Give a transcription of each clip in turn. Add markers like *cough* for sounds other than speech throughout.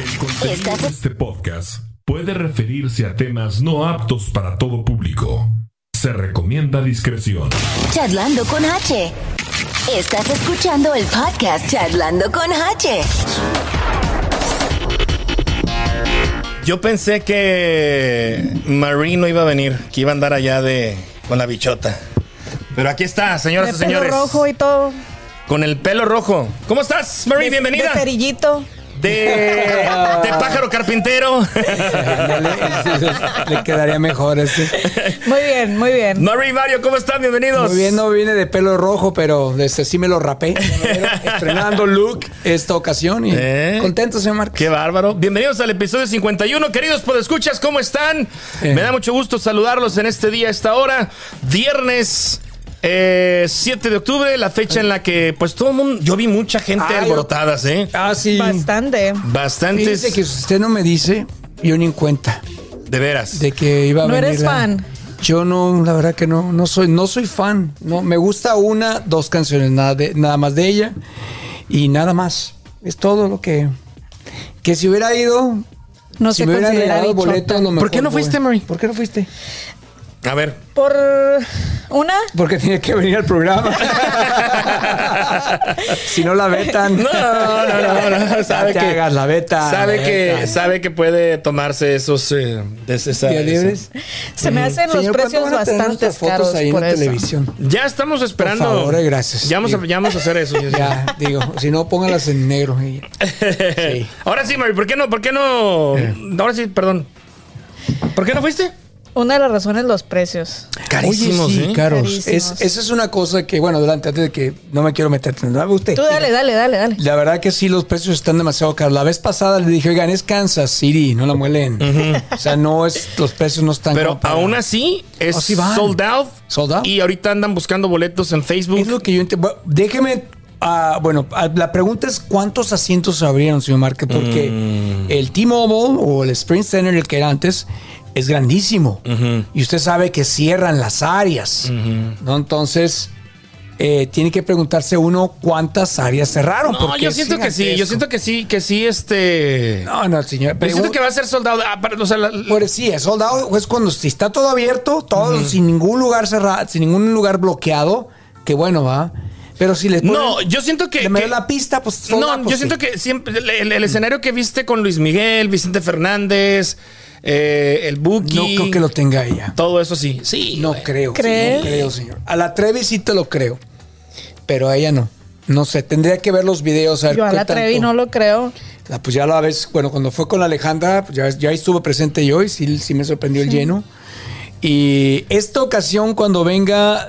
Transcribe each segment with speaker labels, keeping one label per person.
Speaker 1: El contenido de este podcast puede referirse a temas no aptos para todo público. Se recomienda discreción.
Speaker 2: Charlando con H. Estás escuchando el podcast Charlando con H.
Speaker 3: Yo pensé que Marie no iba a venir, que iba a andar allá de con la bichota. Pero aquí está, señoras
Speaker 4: De
Speaker 3: y
Speaker 4: pelo
Speaker 3: señores.
Speaker 4: rojo y todo.
Speaker 3: Con el pelo rojo. ¿Cómo estás, Marie?
Speaker 4: De-
Speaker 3: Bienvenida.
Speaker 4: De cerillito.
Speaker 3: De,
Speaker 5: *laughs*
Speaker 3: de pájaro
Speaker 4: *laughs*
Speaker 3: carpintero.
Speaker 5: le, *laughs* le quedaría mejor este.
Speaker 4: Muy bien, muy bien.
Speaker 3: Marie y Mario, ¿cómo están? Bienvenidos.
Speaker 5: Muy bien, no viene de pelo rojo, pero este, sí me lo rapé.
Speaker 3: *laughs*
Speaker 5: Estrenando look esta ocasión y
Speaker 3: ¿Eh?
Speaker 5: contento, señor Marcos.
Speaker 3: Qué bárbaro. Bienvenidos al episodio 51. Queridos podescuchas, ¿cómo están?
Speaker 5: Eh.
Speaker 3: Me da mucho gusto saludarlos en este día, a esta hora. Viernes eh, 7 de octubre, la fecha en la que, pues, todo el mundo. Yo vi mucha gente
Speaker 5: Ay,
Speaker 3: alborotadas, ¿eh?
Speaker 5: Ah, sí.
Speaker 4: Bastante.
Speaker 3: Bastantes.
Speaker 5: Fíjese que si usted no me dice, yo ni en cuenta
Speaker 3: De veras.
Speaker 5: de que iba a
Speaker 4: No
Speaker 5: venir.
Speaker 4: eres
Speaker 5: la-
Speaker 4: fan.
Speaker 5: Yo no, la verdad que no, no soy, no soy fan. No, me gusta una, dos canciones, nada, de, nada más de ella y nada más. Es todo lo que. Que si hubiera ido,
Speaker 4: No
Speaker 5: si
Speaker 4: se
Speaker 5: me hubieran
Speaker 4: considera
Speaker 5: regalado
Speaker 4: bichota.
Speaker 5: boleto, a lo
Speaker 3: ¿Por
Speaker 5: mejor
Speaker 3: qué no
Speaker 5: voy.
Speaker 3: fuiste, Mary?
Speaker 5: ¿Por qué no fuiste?
Speaker 3: A ver.
Speaker 4: Por una.
Speaker 5: Porque tenía que venir al programa. *laughs* si no la vetan.
Speaker 3: No, no, no, no, no. Sabe
Speaker 5: *laughs* te
Speaker 3: que,
Speaker 5: hagas la beta.
Speaker 3: Sabe
Speaker 5: La
Speaker 3: que,
Speaker 5: beta.
Speaker 3: sabe que puede tomarse esos. eh, de esa-
Speaker 5: Día libres.
Speaker 4: Se me hacen los
Speaker 5: Mm. Señor, ¿cuándo
Speaker 4: precios
Speaker 5: van a tener
Speaker 4: bastante
Speaker 5: nuestras fotos
Speaker 4: caros
Speaker 5: ahí en
Speaker 4: por
Speaker 5: la
Speaker 4: eso.
Speaker 5: televisión.
Speaker 3: Ya estamos esperando.
Speaker 5: favor, eh, gracias.
Speaker 3: Ya vamos, a,
Speaker 5: Digo.
Speaker 3: ya vamos a hacer eso. yo
Speaker 5: Ya, digo, si no, póngalas en negro. *laughs* y- Sí.
Speaker 3: Ahora sí, Mary, ¿por qué no? ¿Por qué no? Ahora sí, perdón. ¿Por qué no fuiste?
Speaker 4: Una de las razones, los precios.
Speaker 5: Oye,
Speaker 3: ¿eh?
Speaker 5: sí, caros.
Speaker 4: Carísimos.
Speaker 5: Es- esa es una cosa que, bueno, adelante, antes de que no me quiero meter. No, usted.
Speaker 4: Tú dale, dale, dale, dale.
Speaker 5: La verdad que sí, los precios están demasiado caros. La vez pasada le dije, oigan, es Kansas City, no la muelen. O sea, no es, los precios no están
Speaker 3: Pero
Speaker 5: como para-
Speaker 3: aún así es
Speaker 5: Oh, sí van.
Speaker 3: sold, out,
Speaker 5: Sold out.
Speaker 3: Y ahorita andan buscando boletos en Facebook.
Speaker 5: Es lo que yo entiendo. Déjeme. ah, bueno, ah, la pregunta es cuántos asientos se abrieron, señor Márquez, porque
Speaker 3: Mm.
Speaker 5: el T-Mobile o el Sprint Center, el que era antes, es grandísimo. Y usted sabe que cierran las áreas. ¿no? Entonces, eh, tiene que preguntarse uno cuántas áreas cerraron.
Speaker 3: No,
Speaker 5: porque
Speaker 3: yo
Speaker 5: es
Speaker 3: siento que sí, yo
Speaker 5: gigantesco.
Speaker 3: siento que sí, que sí, este.
Speaker 5: No, no, señor.
Speaker 3: yo siento
Speaker 5: pregun-
Speaker 3: que va a ser soldado. Ah, o sea, la-
Speaker 5: Pobrecilla, soldado es cuando si está todo abierto, todo sin ningún lugar cerrado, sin ningún lugar bloqueado, que bueno, va. Pero si les
Speaker 3: No, yo siento que-
Speaker 5: le meten
Speaker 3: que-
Speaker 5: la pista, pues sold
Speaker 3: no,
Speaker 5: out,
Speaker 3: yo
Speaker 5: pues,
Speaker 3: siento
Speaker 5: sí.
Speaker 3: que siempre el, el- el escenario que viste con Luis Miguel, Vicente Fernández, eh, el Buki.
Speaker 5: no creo que lo tenga ella.
Speaker 3: Todo eso sí. Sí.
Speaker 5: No
Speaker 3: güey.
Speaker 5: creo, sí,
Speaker 4: ¿Crees?
Speaker 5: no creo, señor. A la Trevi sí te lo creo, pero a ella no. No sé, tendría que ver los videos a ver
Speaker 4: Yo a
Speaker 5: qué
Speaker 4: la Trevi
Speaker 5: tanto.
Speaker 4: no lo creo.
Speaker 5: Ah, pues ya la ves, bueno, cuando fue con Alejandra, pues ya, ves- ya estuvo presente yo y sí, sí me sorprendió el lleno. Y esta ocasión cuando venga,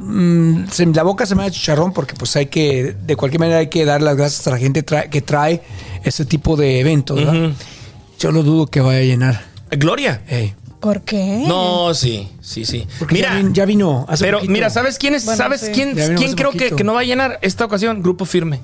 Speaker 5: mm, se- la boca se me da chicharrón porque pues hay que, de cualquier manera hay que dar las gracias a la gente tra- que trae este tipo de eventos. ¿verdad? Yo lo dudo que vaya a llenar.
Speaker 3: Gloria.
Speaker 5: Ey.
Speaker 4: ¿Por qué?
Speaker 3: No, sí, sí, sí.
Speaker 5: Porque
Speaker 3: Mira,
Speaker 5: ya, vin- ya vino. hace
Speaker 3: pero
Speaker 5: poquito.
Speaker 3: mira, ¿sabes quién es?
Speaker 4: Bueno,
Speaker 3: ¿Sabes
Speaker 4: sí.
Speaker 3: quién,
Speaker 5: Ya vimos
Speaker 3: quién
Speaker 5: hace
Speaker 3: creo que,
Speaker 5: poquito.
Speaker 3: que no va a llenar esta ocasión? Grupo firme.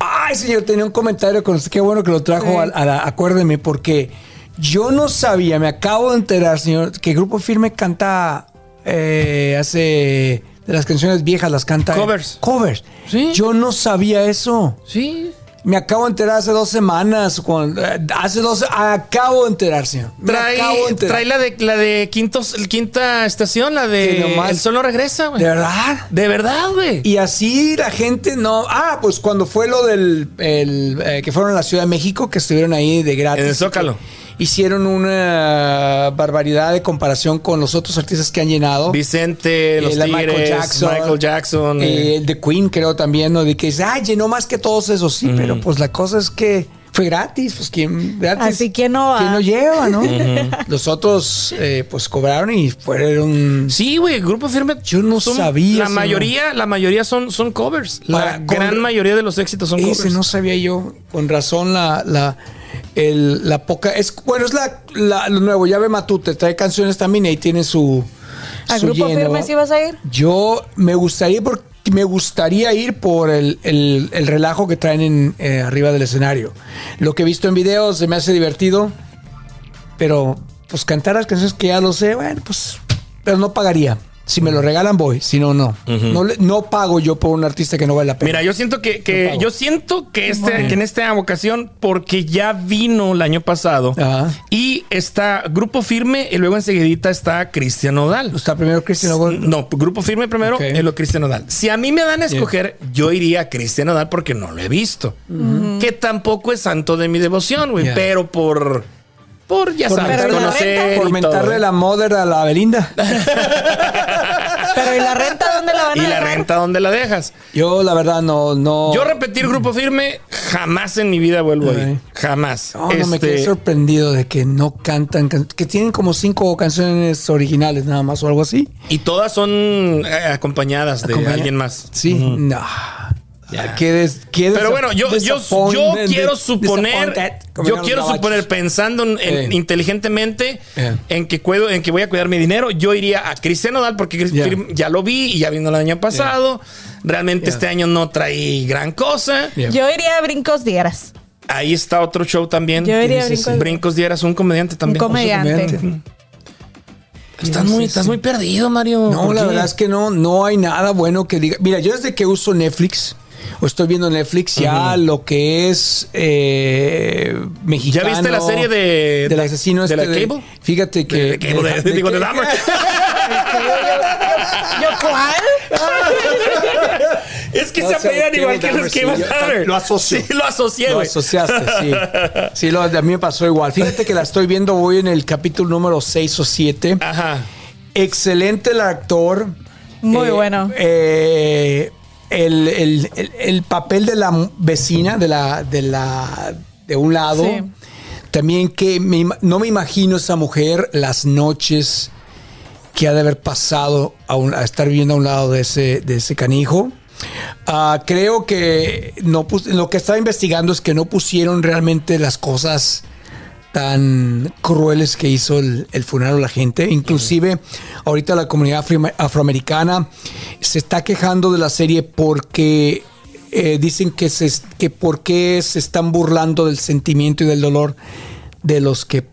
Speaker 5: Ay, señor, tenía un comentario con usted. Qué bueno que lo trajo a, a la- Acuérdeme, porque yo no sabía, me acabo de enterar, señor, que Grupo Firme canta. eh, hace. De las canciones viejas las canta.
Speaker 3: Covers.
Speaker 5: Covers.
Speaker 3: Sí.
Speaker 5: Yo no sabía eso.
Speaker 3: Sí.
Speaker 5: Me acabo de enterar hace dos semanas. cuando- eh, hace dos. Acabo de enterar, señor. Me
Speaker 3: Trae,
Speaker 5: acabo de enterar.
Speaker 3: trae la de la de quintos, el quinta estación, la de
Speaker 5: Que nomás-
Speaker 3: El sol no regresa, güey.
Speaker 5: ¿De verdad?
Speaker 3: De verdad, güey.
Speaker 5: Y así la gente no. Ah, pues cuando fue lo del. el, eh, que fueron a la Ciudad de México, que estuvieron ahí de gratis.
Speaker 3: En el Zócalo.
Speaker 5: Hicieron una barbaridad de comparación con los otros artistas que han llenado.
Speaker 3: Vicente, los
Speaker 5: Oh, Eh, la
Speaker 3: Tigres, Michael Jackson,
Speaker 5: eh,
Speaker 3: eh.
Speaker 5: el de Queen, creo también, ¿no? De que dice, ah, llenó más que todos esos. Sí, pero pues la cosa es que fue gratis. Pues quien. Gratis,
Speaker 4: Así, ¿quién no va?
Speaker 5: ¿Quién no lleva, no? Los otros, eh, pues cobraron y fueron.
Speaker 3: Sí, güey, Grupo Firme.
Speaker 5: Yo no
Speaker 3: son-
Speaker 5: sabía,
Speaker 3: La
Speaker 5: señor.
Speaker 3: mayoría, la mayoría son, son covers.
Speaker 5: Para-
Speaker 3: la
Speaker 5: con-
Speaker 3: gran mayoría de los éxitos son
Speaker 5: Ese
Speaker 3: covers.
Speaker 5: no sabía yo. Con razón la, la, el- la poca. Es, bueno, es la, la- lo nuevo. Ya ve Matute, trae canciones también y ahí tiene su.
Speaker 4: ¿A
Speaker 5: su
Speaker 4: Grupo
Speaker 5: lleno,
Speaker 4: Firme
Speaker 5: ¿va?
Speaker 4: sí vas a ir?
Speaker 5: Yo me gustaría por- me gustaría ir por el, el- el relajo que traen en, eh, arriba del escenario. Lo que he visto en videos se me hace divertido, pero pues cantar las canciones que ya lo sé, bueno, pues, pero no pagaría. Si me lo regalan, voy. Si no, no. no, le- no pago yo por un artista que no vale la pena.
Speaker 3: Mira, yo siento que, que- yo siento que, este, que en esta vocación, porque ya vino el año pasado
Speaker 5: Ajá.
Speaker 3: y está Grupo Firme y luego enseguidita está Cristian Odal.
Speaker 5: Pues Está primero Cristian luego-
Speaker 3: No, Grupo Firme primero
Speaker 5: Ok.
Speaker 3: y luego Cristian Odal. Si a mí me dan a escoger, yo iría a Cristian Odal porque no lo he visto. Que tampoco es santo de mi devoción, güey,
Speaker 5: Ya.
Speaker 3: pero por... Por, ya
Speaker 5: Por
Speaker 3: sabes,
Speaker 4: mentarle la
Speaker 3: conocer
Speaker 5: por
Speaker 3: y todo.
Speaker 5: mentarle la mother a
Speaker 3: *laughs*
Speaker 5: la Belinda.
Speaker 4: Pero ¿y la renta dónde la van a
Speaker 3: ¿eh? ¿Y la
Speaker 4: dejar?
Speaker 3: renta dónde la dejas?
Speaker 5: Yo, la verdad, no, no.
Speaker 3: Yo repetir grupo firme, jamás en mi vida vuelvo ahí.
Speaker 5: Ay.
Speaker 3: Jamás.
Speaker 5: No, no, me
Speaker 3: Este,
Speaker 5: quedé sorprendido de que no cantan, can- que tienen como cinco canciones originales nada más o algo así.
Speaker 3: y todas son eh, acompañadas de
Speaker 5: Acompaña-
Speaker 3: alguien más.
Speaker 5: Sí, no.
Speaker 3: Ya.
Speaker 5: Qué des- qué
Speaker 3: Pero
Speaker 5: desa-
Speaker 3: bueno, yo, yo,
Speaker 5: disappoint-
Speaker 3: yo
Speaker 5: de-
Speaker 3: quiero
Speaker 5: de-
Speaker 3: suponer,
Speaker 5: disappointed, como
Speaker 3: yo
Speaker 5: digan
Speaker 3: quiero
Speaker 5: los
Speaker 3: suponer
Speaker 5: gabachos.
Speaker 3: pensando en- en-
Speaker 5: Eh.
Speaker 3: inteligentemente
Speaker 5: Eh.
Speaker 3: en que cuido, en que voy a cuidar mi dinero, yo iría a Cristian Odal porque Chris
Speaker 5: Ya.
Speaker 3: Firm ya lo vi y ya vino el año pasado. Realmente
Speaker 5: Ya.
Speaker 3: este año no traí gran cosa.
Speaker 5: Bien.
Speaker 4: Yo iría a Brincos Dieras.
Speaker 3: Ahí está otro show también.
Speaker 4: Yo iría a
Speaker 5: sí, sí,
Speaker 4: Brincos Dieras.
Speaker 3: Brincos Dieras, un comediante
Speaker 4: Un
Speaker 3: también.
Speaker 4: comediante.
Speaker 5: Exactamente.
Speaker 3: Estás
Speaker 5: Sí,
Speaker 3: muy,
Speaker 5: sí,
Speaker 3: estás
Speaker 5: sí.
Speaker 3: muy perdido, Mario.
Speaker 5: No,
Speaker 3: ¿Por
Speaker 5: la
Speaker 3: qué?
Speaker 5: verdad es que no, no hay nada bueno que diga. Mira, yo desde que uso Netflix o estoy viendo Netflix ya lo que es eh, mexicano.
Speaker 3: viste la serie de-
Speaker 5: del asesino
Speaker 3: de
Speaker 5: este
Speaker 3: la Cable?
Speaker 5: Fíjate que
Speaker 3: De- de- de- de- de- digo, de
Speaker 5: *laughs*
Speaker 3: Dahmer.
Speaker 4: ¿Yo cuál?
Speaker 3: Es que
Speaker 5: No
Speaker 3: se
Speaker 5: sé,
Speaker 3: apellidan
Speaker 5: Cable
Speaker 3: igual que
Speaker 5: Dahmer,
Speaker 3: los
Speaker 5: sí,
Speaker 3: que
Speaker 5: yo tam- lo asocio.
Speaker 3: Sí, lo asocié,
Speaker 5: Lo
Speaker 3: güey.
Speaker 5: asociaste, sí. Sí, lo, a mí me pasó igual. Fíjate que la estoy viendo, voy en el capítulo número 6 o 7.
Speaker 3: Ajá.
Speaker 5: Excelente el actor.
Speaker 4: Muy bueno.
Speaker 5: eh, el, el- el- el papel de la vecina de la de la de un lado.
Speaker 4: Sí.
Speaker 5: También que me ima- no me imagino esa mujer las noches que ha de haber pasado a, un- a estar viviendo a un lado de ese, de ese canijo. Ah, creo que no pus- lo que estaba investigando es que no pusieron realmente las cosas tan crueles que hizo el, el funeral a la gente. Inclusive ahorita la comunidad afro- afroamericana se está quejando de la serie porque eh, dicen que, se, es- que por qué se están burlando del sentimiento y del dolor de los que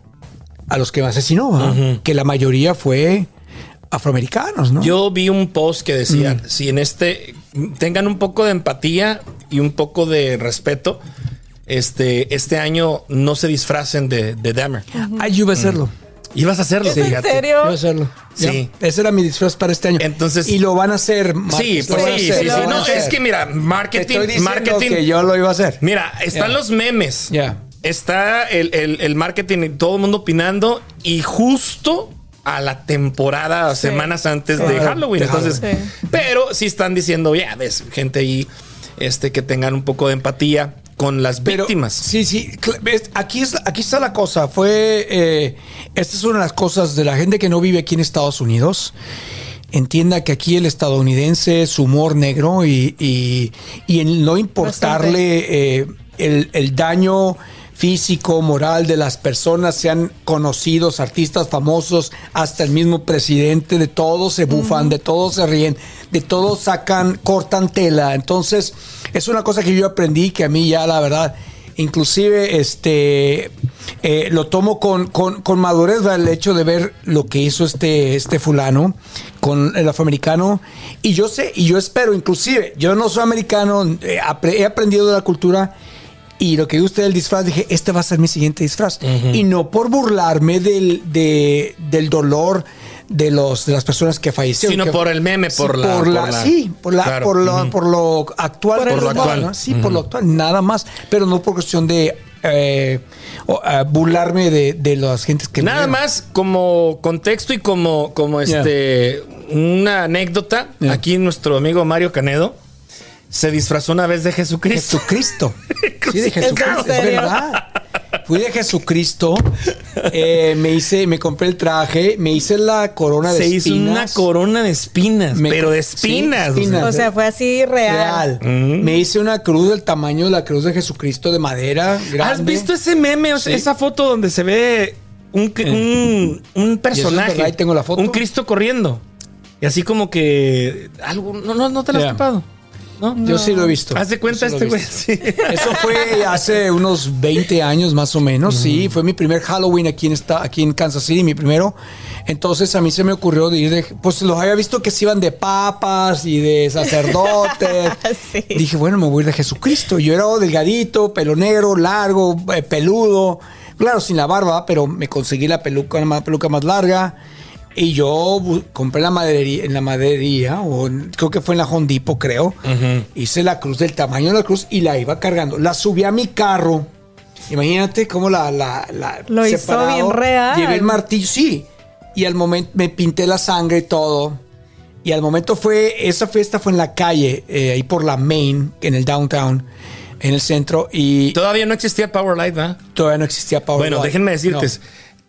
Speaker 5: a los que asesinó, ¿ah? que la mayoría fue afroamericanos, ¿no?
Speaker 3: Yo vi un post que decía,
Speaker 5: Mm.
Speaker 3: si en este tengan un poco de empatía y un poco de respeto, este, este año no se disfracen de, de Dahmer.
Speaker 5: Ay, yo iba a
Speaker 3: Mm.
Speaker 5: hacerlo.
Speaker 3: Ibas a hacerlo,
Speaker 4: ¿Es en
Speaker 3: fíjate.
Speaker 5: Yo
Speaker 4: serio?
Speaker 5: iba a hacerlo.
Speaker 3: Sí.
Speaker 5: Ya, Ese era mi disfraz para este año.
Speaker 3: Entonces-
Speaker 5: y lo van a hacer. Marcos,
Speaker 3: Sí,
Speaker 5: lo
Speaker 3: pues
Speaker 5: van a
Speaker 3: sí, sí,
Speaker 5: hacer,
Speaker 3: sí.
Speaker 5: lo van a
Speaker 3: No,
Speaker 5: hacer.
Speaker 3: es que mira,
Speaker 5: Te
Speaker 3: marketing,
Speaker 5: estoy diciendo
Speaker 3: marketing.
Speaker 5: que yo lo iba a hacer.
Speaker 3: Mira, están
Speaker 5: Ya.
Speaker 3: los memes.
Speaker 5: Ya.
Speaker 3: Está el, el- el marketing y todo el mundo opinando. Y justo a la temporada,
Speaker 4: Sí.
Speaker 3: semanas antes de
Speaker 5: Claro,
Speaker 3: Halloween.
Speaker 5: de
Speaker 3: Entonces,
Speaker 4: Halloween.
Speaker 3: pero sí están diciendo, ya ves, gente ahí este, que tengan un poco de empatía con las
Speaker 5: Pero-
Speaker 3: víctimas.
Speaker 5: Sí, sí. cl- ves, Aquí, es, aquí está la cosa. Fue. eh, esta es una de las cosas de la gente que no vive aquí en Estados Unidos. Entienda que aquí el estadounidense es humor negro y, y, y en no importarle eh, el, el daño físico, moral de las personas, sean conocidos, artistas famosos, hasta el mismo presidente, de todos se bufan, de todos se ríen, de todos sacan, cortan tela. Entonces, es una cosa que yo aprendí que a mí ya la verdad, inclusive este eh, lo tomo con, con, con madurez ¿verdad? el hecho de ver lo que hizo este, este fulano con el afroamericano. Y yo sé, y yo espero, inclusive, yo no soy americano, eh, apre- he aprendido de la cultura. Y lo que dio usted el disfraz, dije, este va a ser mi siguiente disfraz. Y no por burlarme del, de- del dolor de, los, de las personas que fallecieron.
Speaker 3: Sino
Speaker 5: que-
Speaker 3: por el meme, por la- por la-
Speaker 5: Sí, por, la,
Speaker 3: Claro.
Speaker 5: por, lo,
Speaker 3: Ujú.
Speaker 5: por lo actual.
Speaker 3: Por
Speaker 5: del
Speaker 3: lo
Speaker 5: humor,
Speaker 3: actual.
Speaker 5: ¿no? Sí, por lo actual, nada más. Pero no por cuestión de eh, o, ah, burlarme de, de las gentes que...
Speaker 3: Nada
Speaker 5: murieron.
Speaker 3: más como contexto y como, como
Speaker 5: Ya.
Speaker 3: este una anécdota.
Speaker 5: Ya.
Speaker 3: Aquí nuestro amigo Mario Canedo se disfrazó una vez de Jesucristo. *laughs*
Speaker 5: Jesucristo. Sí, de
Speaker 4: Crucificado.
Speaker 5: Jesucristo. Es verdad. Fui de Jesucristo, eh, me hice, me compré el traje, me hice la corona de
Speaker 3: Se hizo una
Speaker 5: espinas.
Speaker 3: corona de espinas,
Speaker 5: Me-
Speaker 3: pero de
Speaker 5: sí,
Speaker 3: espinas.
Speaker 5: espinas.
Speaker 4: O sea, fue así real.
Speaker 5: Real.
Speaker 3: Mm.
Speaker 5: Me hice una cruz del tamaño de la cruz de Jesucristo de madera.
Speaker 3: ¿Has
Speaker 5: grande.
Speaker 3: visto ese meme, o sea,
Speaker 5: Sí. Mm.
Speaker 3: esa foto donde se ve un, cri- un, un personaje?
Speaker 5: verdad, ahí tengo la foto.
Speaker 3: Un Cristo corriendo. Y así como que algo. No, no, no te lo has
Speaker 5: Ya.
Speaker 3: tapado. ¿no?
Speaker 5: Yo sí lo he visto.
Speaker 3: Haz de cuenta
Speaker 5: Yo
Speaker 3: este
Speaker 5: sí lo he
Speaker 3: güey.
Speaker 5: visto.
Speaker 3: sí.
Speaker 5: *laughs* Eso fue hace unos 20 años más o menos, sí, fue mi primer Halloween aquí en esta, aquí en Kansas City, mi primero. Entonces a mí se me ocurrió de ir de, pues los había visto que se iban de papas y de sacerdotes.
Speaker 4: Sí.
Speaker 5: Dije, bueno, me voy a ir de Jesucristo. Yo era delgadito, pelo negro, largo, eh, peludo. Claro, sin la barba, pero me conseguí la peluca, la peluca más larga. Y yo bu- compré la madería, en la madería, o en- creo que fue en la Hondipo, creo. Hice la cruz del tamaño de la cruz y la iba cargando. La subí a mi carro. Imagínate cómo la. la, la
Speaker 4: Lo hizo bien real.
Speaker 5: Llevé el martillo, sí. Y al momento me pinté la sangre y todo. Y al momento fue, esa fiesta fue en la calle, eh, ahí por la Main, en el downtown, en el centro. Y
Speaker 3: Todavía no existía Power Light, ¿verdad?
Speaker 5: todavía no existía Power
Speaker 3: Bueno,
Speaker 5: Light.
Speaker 3: déjenme decirte.
Speaker 5: No.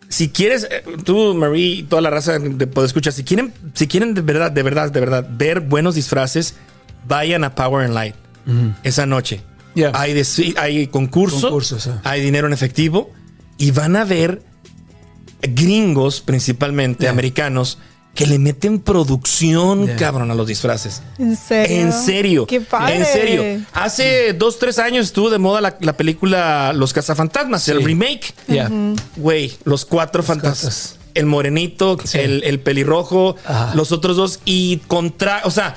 Speaker 3: Si quieres, eh, tú, Marie, y toda la raza de escuchar, si quieren, si quieren de verdad, de verdad, de verdad, ver buenos disfraces, vayan a Power and Light esa noche.
Speaker 5: Yeah.
Speaker 3: Hay, des- hay concurso,
Speaker 5: Concursos, ah.
Speaker 3: hay dinero en efectivo y van a ver gringos, principalmente
Speaker 5: Yeah.
Speaker 3: americanos, que le meten producción,
Speaker 5: Yeah.
Speaker 3: cabrón, a los disfraces.
Speaker 4: ¿En serio?
Speaker 3: En serio.
Speaker 4: Qué padre.
Speaker 3: En serio. Hace dos, tres años estuvo de moda la, la película Los Cazafantasmas, el
Speaker 5: Sí.
Speaker 3: remake.
Speaker 5: Yeah.
Speaker 3: Güey, los cuatro fantasmas.
Speaker 5: catas.
Speaker 3: El morenito,
Speaker 5: Sí.
Speaker 3: el, el pelirrojo,
Speaker 5: Ajá.
Speaker 3: los otros dos. Y contra. O sea,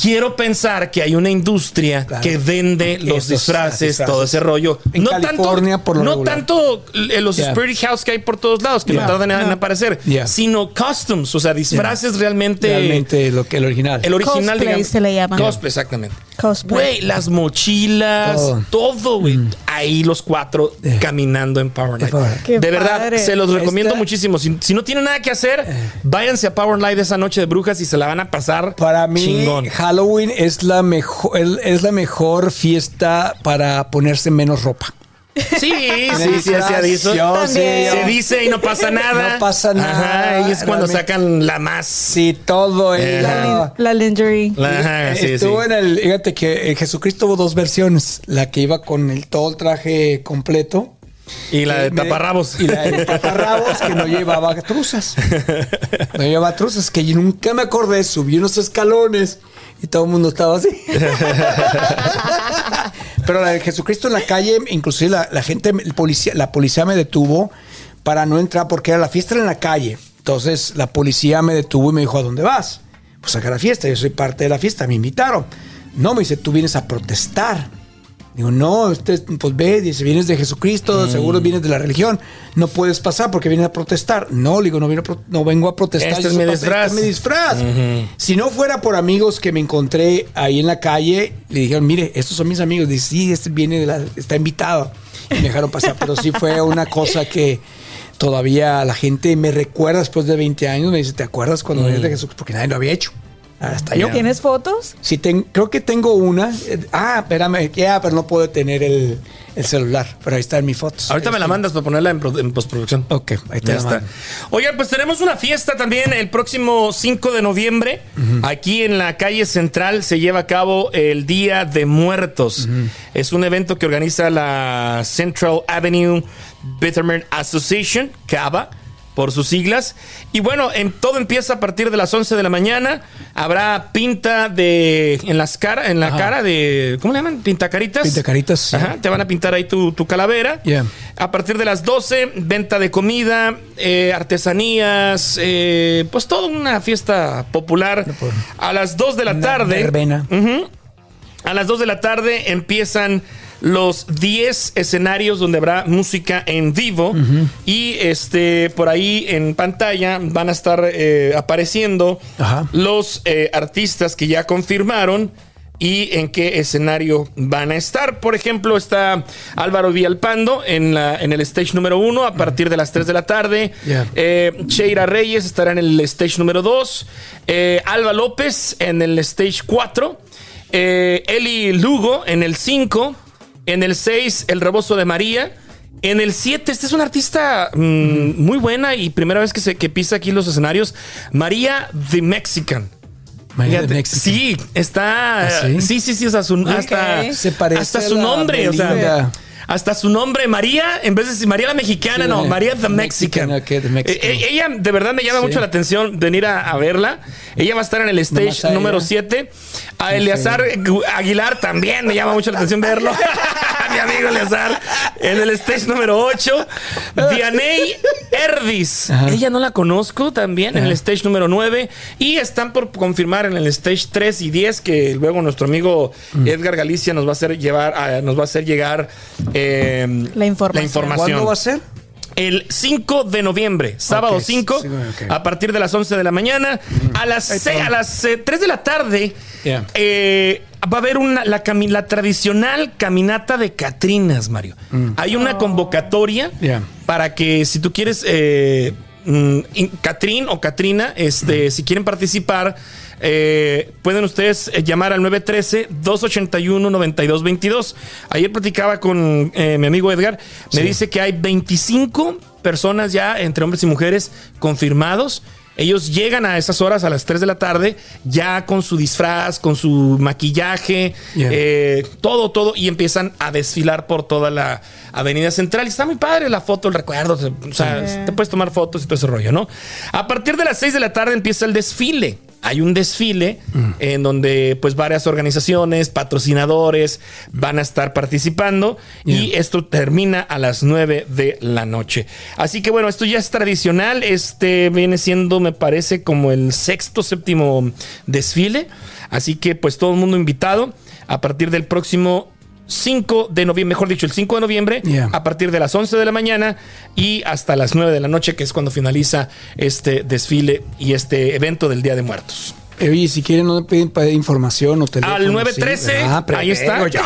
Speaker 3: quiero pensar que hay una industria
Speaker 5: Claro.
Speaker 3: que vende los
Speaker 5: Esos
Speaker 3: disfraces,
Speaker 5: disfraces.
Speaker 3: todo ese rollo.
Speaker 5: En California,
Speaker 3: tanto,
Speaker 5: por lo
Speaker 3: No
Speaker 5: regular.
Speaker 3: tanto eh, los
Speaker 5: Yeah.
Speaker 3: Spirit House que hay por todos lados, que no
Speaker 5: Yeah.
Speaker 3: tardan en- en aparecer,
Speaker 5: Yeah.
Speaker 3: sino costumes, o sea, disfraces realmente.
Speaker 5: Realmente lo que el original.
Speaker 3: este El original,
Speaker 4: Cosplay
Speaker 3: digamos.
Speaker 4: se le llama.
Speaker 3: Cosplay, exactamente.
Speaker 4: Cosplay.
Speaker 3: Güey, las mochilas,
Speaker 5: Todo. Mm.
Speaker 3: todo, güey. Ahí los cuatro caminando en Power Night.
Speaker 5: Power Night.
Speaker 4: Qué
Speaker 3: De verdad,
Speaker 4: padre.
Speaker 3: se los
Speaker 5: Ahí
Speaker 3: recomiendo
Speaker 5: está. Eh.
Speaker 3: muchísimo. Si, si no tienen nada que hacer, váyanse a Power Night esa noche de brujas y se la van a pasar
Speaker 5: Para mí,
Speaker 3: chingón.
Speaker 5: Halloween es la, mejor, es la mejor fiesta para ponerse menos ropa. *laughs*
Speaker 3: Sí, sí, sí, así ha dicho.
Speaker 5: Yo sí,
Speaker 4: También.
Speaker 5: yo-
Speaker 3: Se dice y no pasa nada.
Speaker 5: No pasa nada,
Speaker 3: Ajá, y es cuando
Speaker 5: realmente.
Speaker 3: sacan la más.
Speaker 5: Sí, todo.
Speaker 3: Eh,
Speaker 5: el-
Speaker 3: la-
Speaker 4: La lingerie.
Speaker 3: La- ajá, sí, sí.
Speaker 5: Estuvo en el. Fíjate que eh, Jesucristo hubo dos versiones: la que iba con el todo el traje completo.
Speaker 3: Y la de
Speaker 5: me-
Speaker 3: taparrabos.
Speaker 5: Y la de taparrabos
Speaker 3: *laughs*
Speaker 5: que no llevaba truzas. No llevaba truzas, que yo nunca me acordé. Subí unos escalones y todo el mundo
Speaker 3: *laughs*
Speaker 5: estaba así. Pero la de Jesucristo en la calle, inclusive la, la gente, el policía, la policía me detuvo para no entrar porque era la fiesta era en la calle. Entonces la policía me detuvo y me dijo, ¿a dónde vas? Pues acá a la fiesta, yo soy parte de la fiesta, me invitaron. No, me dice, tú vienes a protestar. Digo, no, usted, pues ve, dice, vienes de
Speaker 3: Mm.
Speaker 5: Jesucristo, seguro vienes de la religión, no puedes pasar porque vienes a protestar. No, le digo, no, vino a pro- no vengo a protestar.
Speaker 3: Este
Speaker 5: yo
Speaker 3: es
Speaker 5: soy
Speaker 3: mi
Speaker 5: parte-
Speaker 3: disfraz.
Speaker 5: este es mi disfraz. Si no fuera por amigos que me encontré ahí en la calle, le dijeron, mire, estos son mis amigos. Dice, sí, este viene de la, está invitado. Y me dejaron pasar. Pero sí fue una cosa que todavía la gente me recuerda después de 20 años. Me dice, ¿te acuerdas cuando venías
Speaker 3: Mm.
Speaker 5: de Jesús? Porque nadie lo había hecho. Hasta yo.
Speaker 4: ¿Tienes fotos?
Speaker 5: Sí, ten- creo que tengo una. Eh, Ah, espérame, ya, pero no puedo tener el, el celular. Pero ahí están mis fotos. Este,
Speaker 3: Ahorita me la mandas para ponerla en, pro- en postproducción.
Speaker 5: Ok, ahí te
Speaker 3: Ya
Speaker 5: la
Speaker 3: está.
Speaker 5: mando.
Speaker 3: Oigan, pues tenemos una fiesta también el próximo 5 de noviembre. Aquí en la calle central se lleva a cabo el Día de Muertos. Es un evento que organiza la Central Avenue Betterment Association, CABA por sus siglas. Y bueno, en, todo empieza a partir de las 11 de la mañana. Habrá pinta de en las cara, en la cara de ¿cómo le llaman? Pintacaritas.
Speaker 5: Pintacaritas, sí.
Speaker 3: Ajá, te van a pintar ahí tu, tu calavera.
Speaker 5: Yeah.
Speaker 3: A partir de las 12, venta de comida, eh, artesanías, eh, pues toda una fiesta popular. A las 2 de la
Speaker 5: Una
Speaker 3: tarde.
Speaker 5: verbena.
Speaker 3: Ujú. A las 2 de la tarde empiezan los 10 escenarios donde habrá música en vivo. Y este por ahí en pantalla van a estar eh, apareciendo
Speaker 5: Ajá.
Speaker 3: los eh, artistas que ya confirmaron y en qué escenario van a estar. Por ejemplo, está Álvaro Villalpando en, la, en el stage número uno a partir de las 3 de la tarde.
Speaker 5: Yeah.
Speaker 3: Eh, Cheira Reyes estará en el stage número 2. Alba López en el stage 4. Eli Lugo en el 5. En el 6, El Rebozo de María. En el 7, esta es una artista mm, muy buena y primera vez que, se, que pisa aquí los escenarios. María the Mexican.
Speaker 5: María de
Speaker 3: Fíjate,
Speaker 5: México.
Speaker 3: Sí, está.
Speaker 5: ¿Ah, sí?
Speaker 3: sí, sí, sí, o sea, su- hasta,
Speaker 5: Se parece
Speaker 3: hasta
Speaker 5: a
Speaker 3: su
Speaker 5: la
Speaker 3: nombre. o sea,
Speaker 5: Belinda.
Speaker 3: hasta su nombre, María, en vez de decir María la mexicana,
Speaker 5: Sí,
Speaker 3: no,
Speaker 5: eh,
Speaker 3: María the Mexican.
Speaker 5: Mexicana, que the Mexican.
Speaker 3: Eh, eh, ella de verdad me llama
Speaker 5: Sí.
Speaker 3: mucho la atención venir a, a verla. Ella va a estar en el
Speaker 5: Nomás
Speaker 3: stage
Speaker 5: a
Speaker 3: número
Speaker 5: ella.
Speaker 3: 7. A Eleazar Gu- Aguilar también me llama mucho la atención verlo. *laughs* Mi amigo Eleazar en el stage número 8. Dianey Erdis. Ella no la conozco también en el stage número 9. Y están por confirmar en el stage 3 y 10 que luego nuestro amigo
Speaker 5: Mm.
Speaker 3: Edgar Galicia nos va a hacer, llevar, ah, nos va a hacer llegar eh,
Speaker 4: La información.
Speaker 5: ¿Cuándo va a ser?
Speaker 3: el 5 de noviembre, sábado
Speaker 5: Ok,
Speaker 3: 5,
Speaker 5: sí, ok. Mm.
Speaker 3: a partir de las 11 de la mañana, a las, se- a las eh, 3 de la tarde,
Speaker 5: Yeah.
Speaker 3: eh, va a haber una, la, cami- la tradicional caminata de Catrinas, Mario. Hay una convocatoria
Speaker 5: Mm. Yeah.
Speaker 3: para que si tú quieres, eh, mm, in- Catrín o Catrina, este, si quieren participar, eh, pueden ustedes eh, llamar al 913-281-9222. Ayer platicaba con eh, mi amigo Edgar, me dice que hay 25 personas ya entre hombres y mujeres confirmados. Ellos llegan a esas horas, a las 3 de la tarde, ya con su disfraz, con su maquillaje,
Speaker 5: Yeah.
Speaker 3: eh, eh, todo, todo, y empiezan a desfilar por toda la avenida central. Y está muy padre la foto, el recuerdo. te- O sea, te puedes tomar fotos y todo ese rollo, ¿no? A partir de las 6 de la tarde empieza el desfile. Hay un desfile en donde pues varias organizaciones, patrocinadores van a estar participando y esto termina a las 9 de la noche. Así que bueno, esto ya es tradicional, este viene siendo me parece como el sexto, séptimo desfile, así que pues todo el mundo invitado a partir del próximo 5 de noviembre, mejor dicho, el 5 de noviembre,
Speaker 5: Yeah.
Speaker 3: a partir de las 11 de la mañana y hasta las 9 de la noche, que es cuando finaliza este desfile y este evento del Día de Muertos.
Speaker 5: Eh, Oye, si quieren, no piden pa- información o teléfono.
Speaker 3: Al 913,
Speaker 5: sí. Ah, pero
Speaker 3: ahí está.
Speaker 5: tengo ya.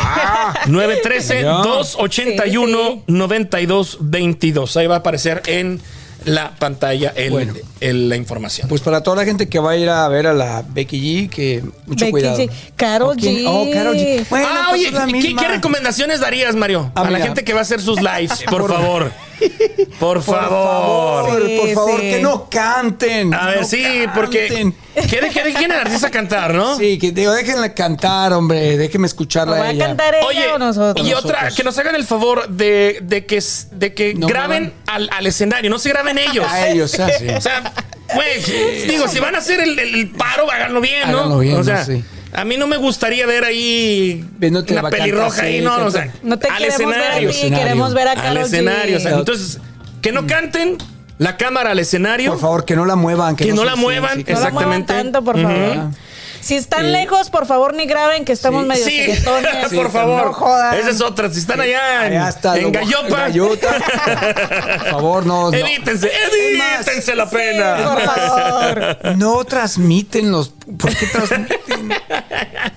Speaker 3: 913-281-9222. Ahí va a aparecer en la pantalla el-
Speaker 5: Bueno.
Speaker 3: el- la información.
Speaker 5: Pues para toda la gente que va a ir a ver a la Becky G, que mucho
Speaker 4: Becky
Speaker 5: cuidado.
Speaker 4: G. Karol
Speaker 5: ¿O quién?
Speaker 4: G.
Speaker 5: Oh, Karol G. Bueno,
Speaker 3: ah,
Speaker 5: pues
Speaker 3: oye,
Speaker 5: es la
Speaker 3: ¿qué-
Speaker 5: misma.
Speaker 3: ¿qué recomendaciones darías, Mario?
Speaker 5: Ah,
Speaker 3: a la
Speaker 5: mira.
Speaker 3: gente que va a hacer sus
Speaker 5: *laughs*
Speaker 3: lives, por favor. Por
Speaker 5: Por
Speaker 3: favor.
Speaker 5: favor,
Speaker 4: Sí,
Speaker 5: por favor,
Speaker 4: sí.
Speaker 5: que no canten.
Speaker 3: A ver,
Speaker 5: No
Speaker 3: sí,
Speaker 5: canten.
Speaker 3: porque. ¿Qué de- qué de- ¿Quién artista cantar, no?
Speaker 5: Sí, que digo, déjenla cantar, hombre, déjenme escucharla.
Speaker 4: ¿O va
Speaker 5: a
Speaker 4: a
Speaker 5: ella.
Speaker 4: cantar ella
Speaker 3: Oye,
Speaker 4: o nosotros?
Speaker 3: y otra,
Speaker 5: Nosotros.
Speaker 3: que nos hagan el favor de, de que, s- de que
Speaker 5: No
Speaker 3: graben al, al escenario, no se graben
Speaker 5: *laughs*
Speaker 3: ellos.
Speaker 5: A ellos, ah, sí.
Speaker 3: O sea, güey, digo, si van a hacer el, el- el paro, háganlo bien, ¿no?
Speaker 5: Háganlo bien,
Speaker 3: o sea,
Speaker 5: ¿no? Sí.
Speaker 3: a mí no me gustaría ver ahí
Speaker 5: Viéndote
Speaker 3: una
Speaker 5: la bacana,
Speaker 3: pelirroja ahí,
Speaker 5: sí,
Speaker 3: no,
Speaker 5: que-
Speaker 3: o sea,
Speaker 4: No te
Speaker 3: al
Speaker 4: queremos
Speaker 3: escenario.
Speaker 4: ver a ti,
Speaker 5: escenario.
Speaker 4: queremos ver a
Speaker 3: al
Speaker 4: Karol
Speaker 3: escenario, o sea,
Speaker 4: G.
Speaker 3: entonces, que no canten la cámara al escenario.
Speaker 5: Por favor, que no la muevan. Que,
Speaker 3: Que no
Speaker 5: se-
Speaker 3: la muevan,
Speaker 5: sí, sí,
Speaker 4: No la
Speaker 5: exacto.
Speaker 4: muevan
Speaker 3: exactamente.
Speaker 4: tanto, por favor. Si están lejos, por favor, ni graben que estamos medio
Speaker 3: Sí,
Speaker 4: seguetones.
Speaker 3: *laughs* por
Speaker 4: No
Speaker 3: favor.
Speaker 4: jodan.
Speaker 3: Esa es otra. Si están allá en,
Speaker 5: Allá está.
Speaker 3: en
Speaker 5: lo-
Speaker 3: Gallopa,
Speaker 5: Gallota.
Speaker 3: *laughs*
Speaker 5: Por favor, no. no.
Speaker 3: evítense,
Speaker 5: más,
Speaker 3: evítense la pena.
Speaker 4: Por favor.
Speaker 5: No transmiten los. ¿Por qué transmiten?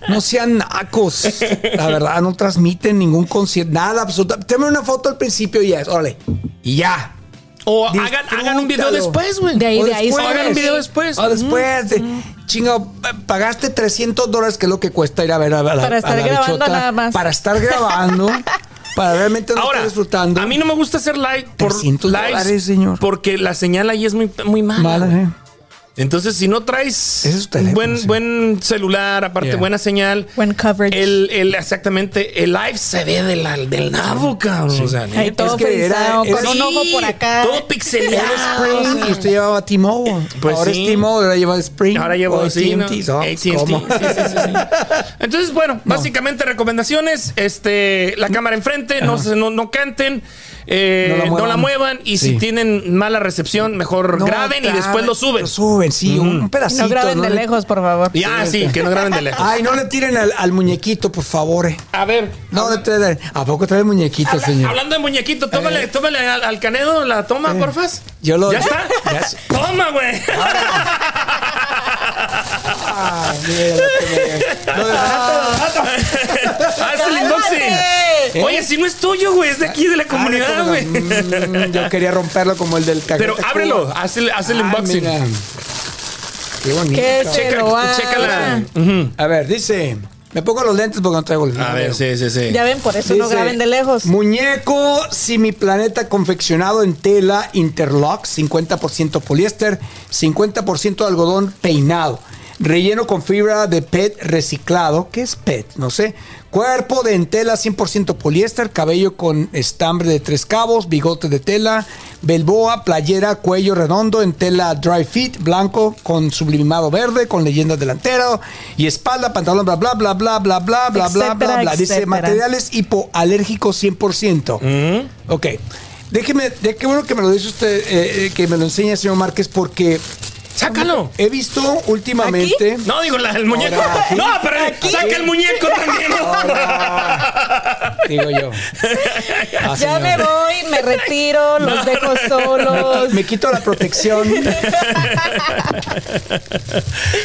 Speaker 5: No sean nacos. La verdad, no transmiten ningún concierto. Nada, absolutamente. Teme una foto al principio y ya es. Órale. Y ya.
Speaker 3: O hagan, hagan un video
Speaker 5: Disfrútalo.
Speaker 3: después, güey.
Speaker 4: De ahí,
Speaker 5: O
Speaker 4: de ahí.
Speaker 5: después.
Speaker 4: sale.
Speaker 3: Hagan un video después.
Speaker 5: O después, de, chingado, pagaste 300 dólares, que es lo que cuesta ir a ver a la.
Speaker 4: Para
Speaker 5: a
Speaker 4: estar
Speaker 5: la
Speaker 4: grabando
Speaker 5: bichota,
Speaker 4: nada más.
Speaker 5: Para estar grabando.
Speaker 4: *laughs*
Speaker 5: para realmente no
Speaker 3: Ahora,
Speaker 5: estar disfrutando.
Speaker 3: a mí no me gusta hacer live por
Speaker 5: 300
Speaker 3: lives
Speaker 5: dólares, señor.
Speaker 3: porque la señal ahí es muy, muy mala.
Speaker 5: Mala, ¿eh?
Speaker 3: Entonces, si no traes
Speaker 5: Ese es tu teléfono,
Speaker 3: buen,
Speaker 5: sí.
Speaker 3: buen celular, aparte
Speaker 5: Yeah.
Speaker 3: buena señal,
Speaker 4: Buen coverage.
Speaker 3: El, el- exactamente, el live se ve de la- del nabo, cabrón. O sea,
Speaker 4: Ahí
Speaker 3: neta.
Speaker 4: todo
Speaker 5: que
Speaker 4: frisado,
Speaker 5: era-
Speaker 4: con un
Speaker 3: Sí,
Speaker 4: ojo por acá.
Speaker 3: Todo
Speaker 4: *laughs*
Speaker 3: pixelado.
Speaker 5: Spring y usted llevaba T-Mobile.
Speaker 3: Pues
Speaker 5: ahora
Speaker 3: sí.
Speaker 5: es T-Mobile, ahora lleva Spring.
Speaker 3: Ahora llevo
Speaker 5: o
Speaker 3: sí, ¿no?
Speaker 5: AT&T, ¿no?
Speaker 3: AT&T,
Speaker 5: ¿Cómo?
Speaker 3: sí, sí, sí, sí. Entonces, bueno, básicamente recomendaciones, este, la cámara enfrente, no, se- no, no canten, eh,
Speaker 5: No la
Speaker 3: no, la
Speaker 5: muevan.
Speaker 3: muevan y si
Speaker 5: Sí.
Speaker 3: tienen mala recepción, mejor
Speaker 5: No,
Speaker 3: graben y
Speaker 5: graben,
Speaker 3: después lo suben.
Speaker 5: Lo suben, sí, un
Speaker 4: Y
Speaker 5: pedacito.
Speaker 4: no graben de
Speaker 5: Le-
Speaker 4: lejos, por favor.
Speaker 3: Ya, Ah, sí, que no graben de lejos.
Speaker 5: Ay, no le tiren al, al muñequito, por favor. eh.
Speaker 3: A ver,
Speaker 5: No le tiren. ¿A poco trae el muñequito, señor? Eh.
Speaker 3: hablando de muñequito, tómale, tómale al, al Canedo la toma, porfas.
Speaker 5: Yo lo-
Speaker 3: ¿Ya está?
Speaker 5: Ya es-
Speaker 3: Toma, güey.
Speaker 5: Ay, mira lo Ah, que me- Lo de-
Speaker 3: *laughs* Haz el
Speaker 4: ¡Cálmate!
Speaker 3: unboxing. Oye, si no es tuyo, güey, es de aquí, de la comunidad,
Speaker 5: Abre
Speaker 3: güey.
Speaker 5: como la- Ah, Mm, Yo quería romperlo como el del
Speaker 3: *laughs*
Speaker 5: cajón.
Speaker 3: Pero ábrelo, haz el,
Speaker 5: Ah,
Speaker 3: haz el unboxing.
Speaker 5: Qué bonito.
Speaker 4: Que se
Speaker 3: Checa-
Speaker 4: lo abra.
Speaker 3: chécala.
Speaker 5: A ver, dice. Me pongo los lentes porque no traigo los
Speaker 3: A ver, sí, sí, sí.
Speaker 4: Ya ven, por eso no
Speaker 5: Dice,
Speaker 4: graben de lejos.
Speaker 5: Muñeco planeta confeccionado en tela interlock, 50% poliéster, 50% algodón peinado. Relleno con fibra de PET reciclado. ¿Qué es PET? No sé. Cuerpo de entela 100% poliéster, cabello con estambre de tres cabos, bigote de tela, Belboa, playera, cuello redondo en tela dry fit, blanco con sublimado verde, con leyenda delantero y espalda, pantalón, bla, bla, bla, bla, bla, bla, bla, bla, bla,
Speaker 4: Etcétera,
Speaker 5: bla. Dice
Speaker 4: etcétera.
Speaker 5: materiales hipoalérgicos 100%.
Speaker 4: Mm.
Speaker 5: Ok. Déjeme, de qué bueno que me lo dice usted, eh, eh, que me lo enseña, señor Márquez, porque
Speaker 3: ¡Sácalo!
Speaker 5: he visto últimamente.
Speaker 3: No, digo, la- el muñeco.
Speaker 5: Ahora, aquí.
Speaker 3: no, pero saca el muñeco también.
Speaker 5: *laughs* Digo yo.
Speaker 4: *laughs* Ya
Speaker 5: Ah, señor.
Speaker 4: me voy, me retiro, los
Speaker 3: *laughs*
Speaker 4: dejo solos.
Speaker 5: Me quito
Speaker 4: *laughs*
Speaker 5: la protección.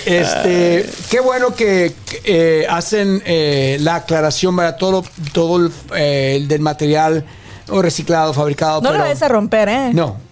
Speaker 5: este, qué bueno que que, eh, hacen eh, la aclaración para todo, todo el, eh, el del material o reciclado, fabricado.
Speaker 4: No lo
Speaker 5: pero-
Speaker 4: vayas a romper, ¿eh?
Speaker 5: No.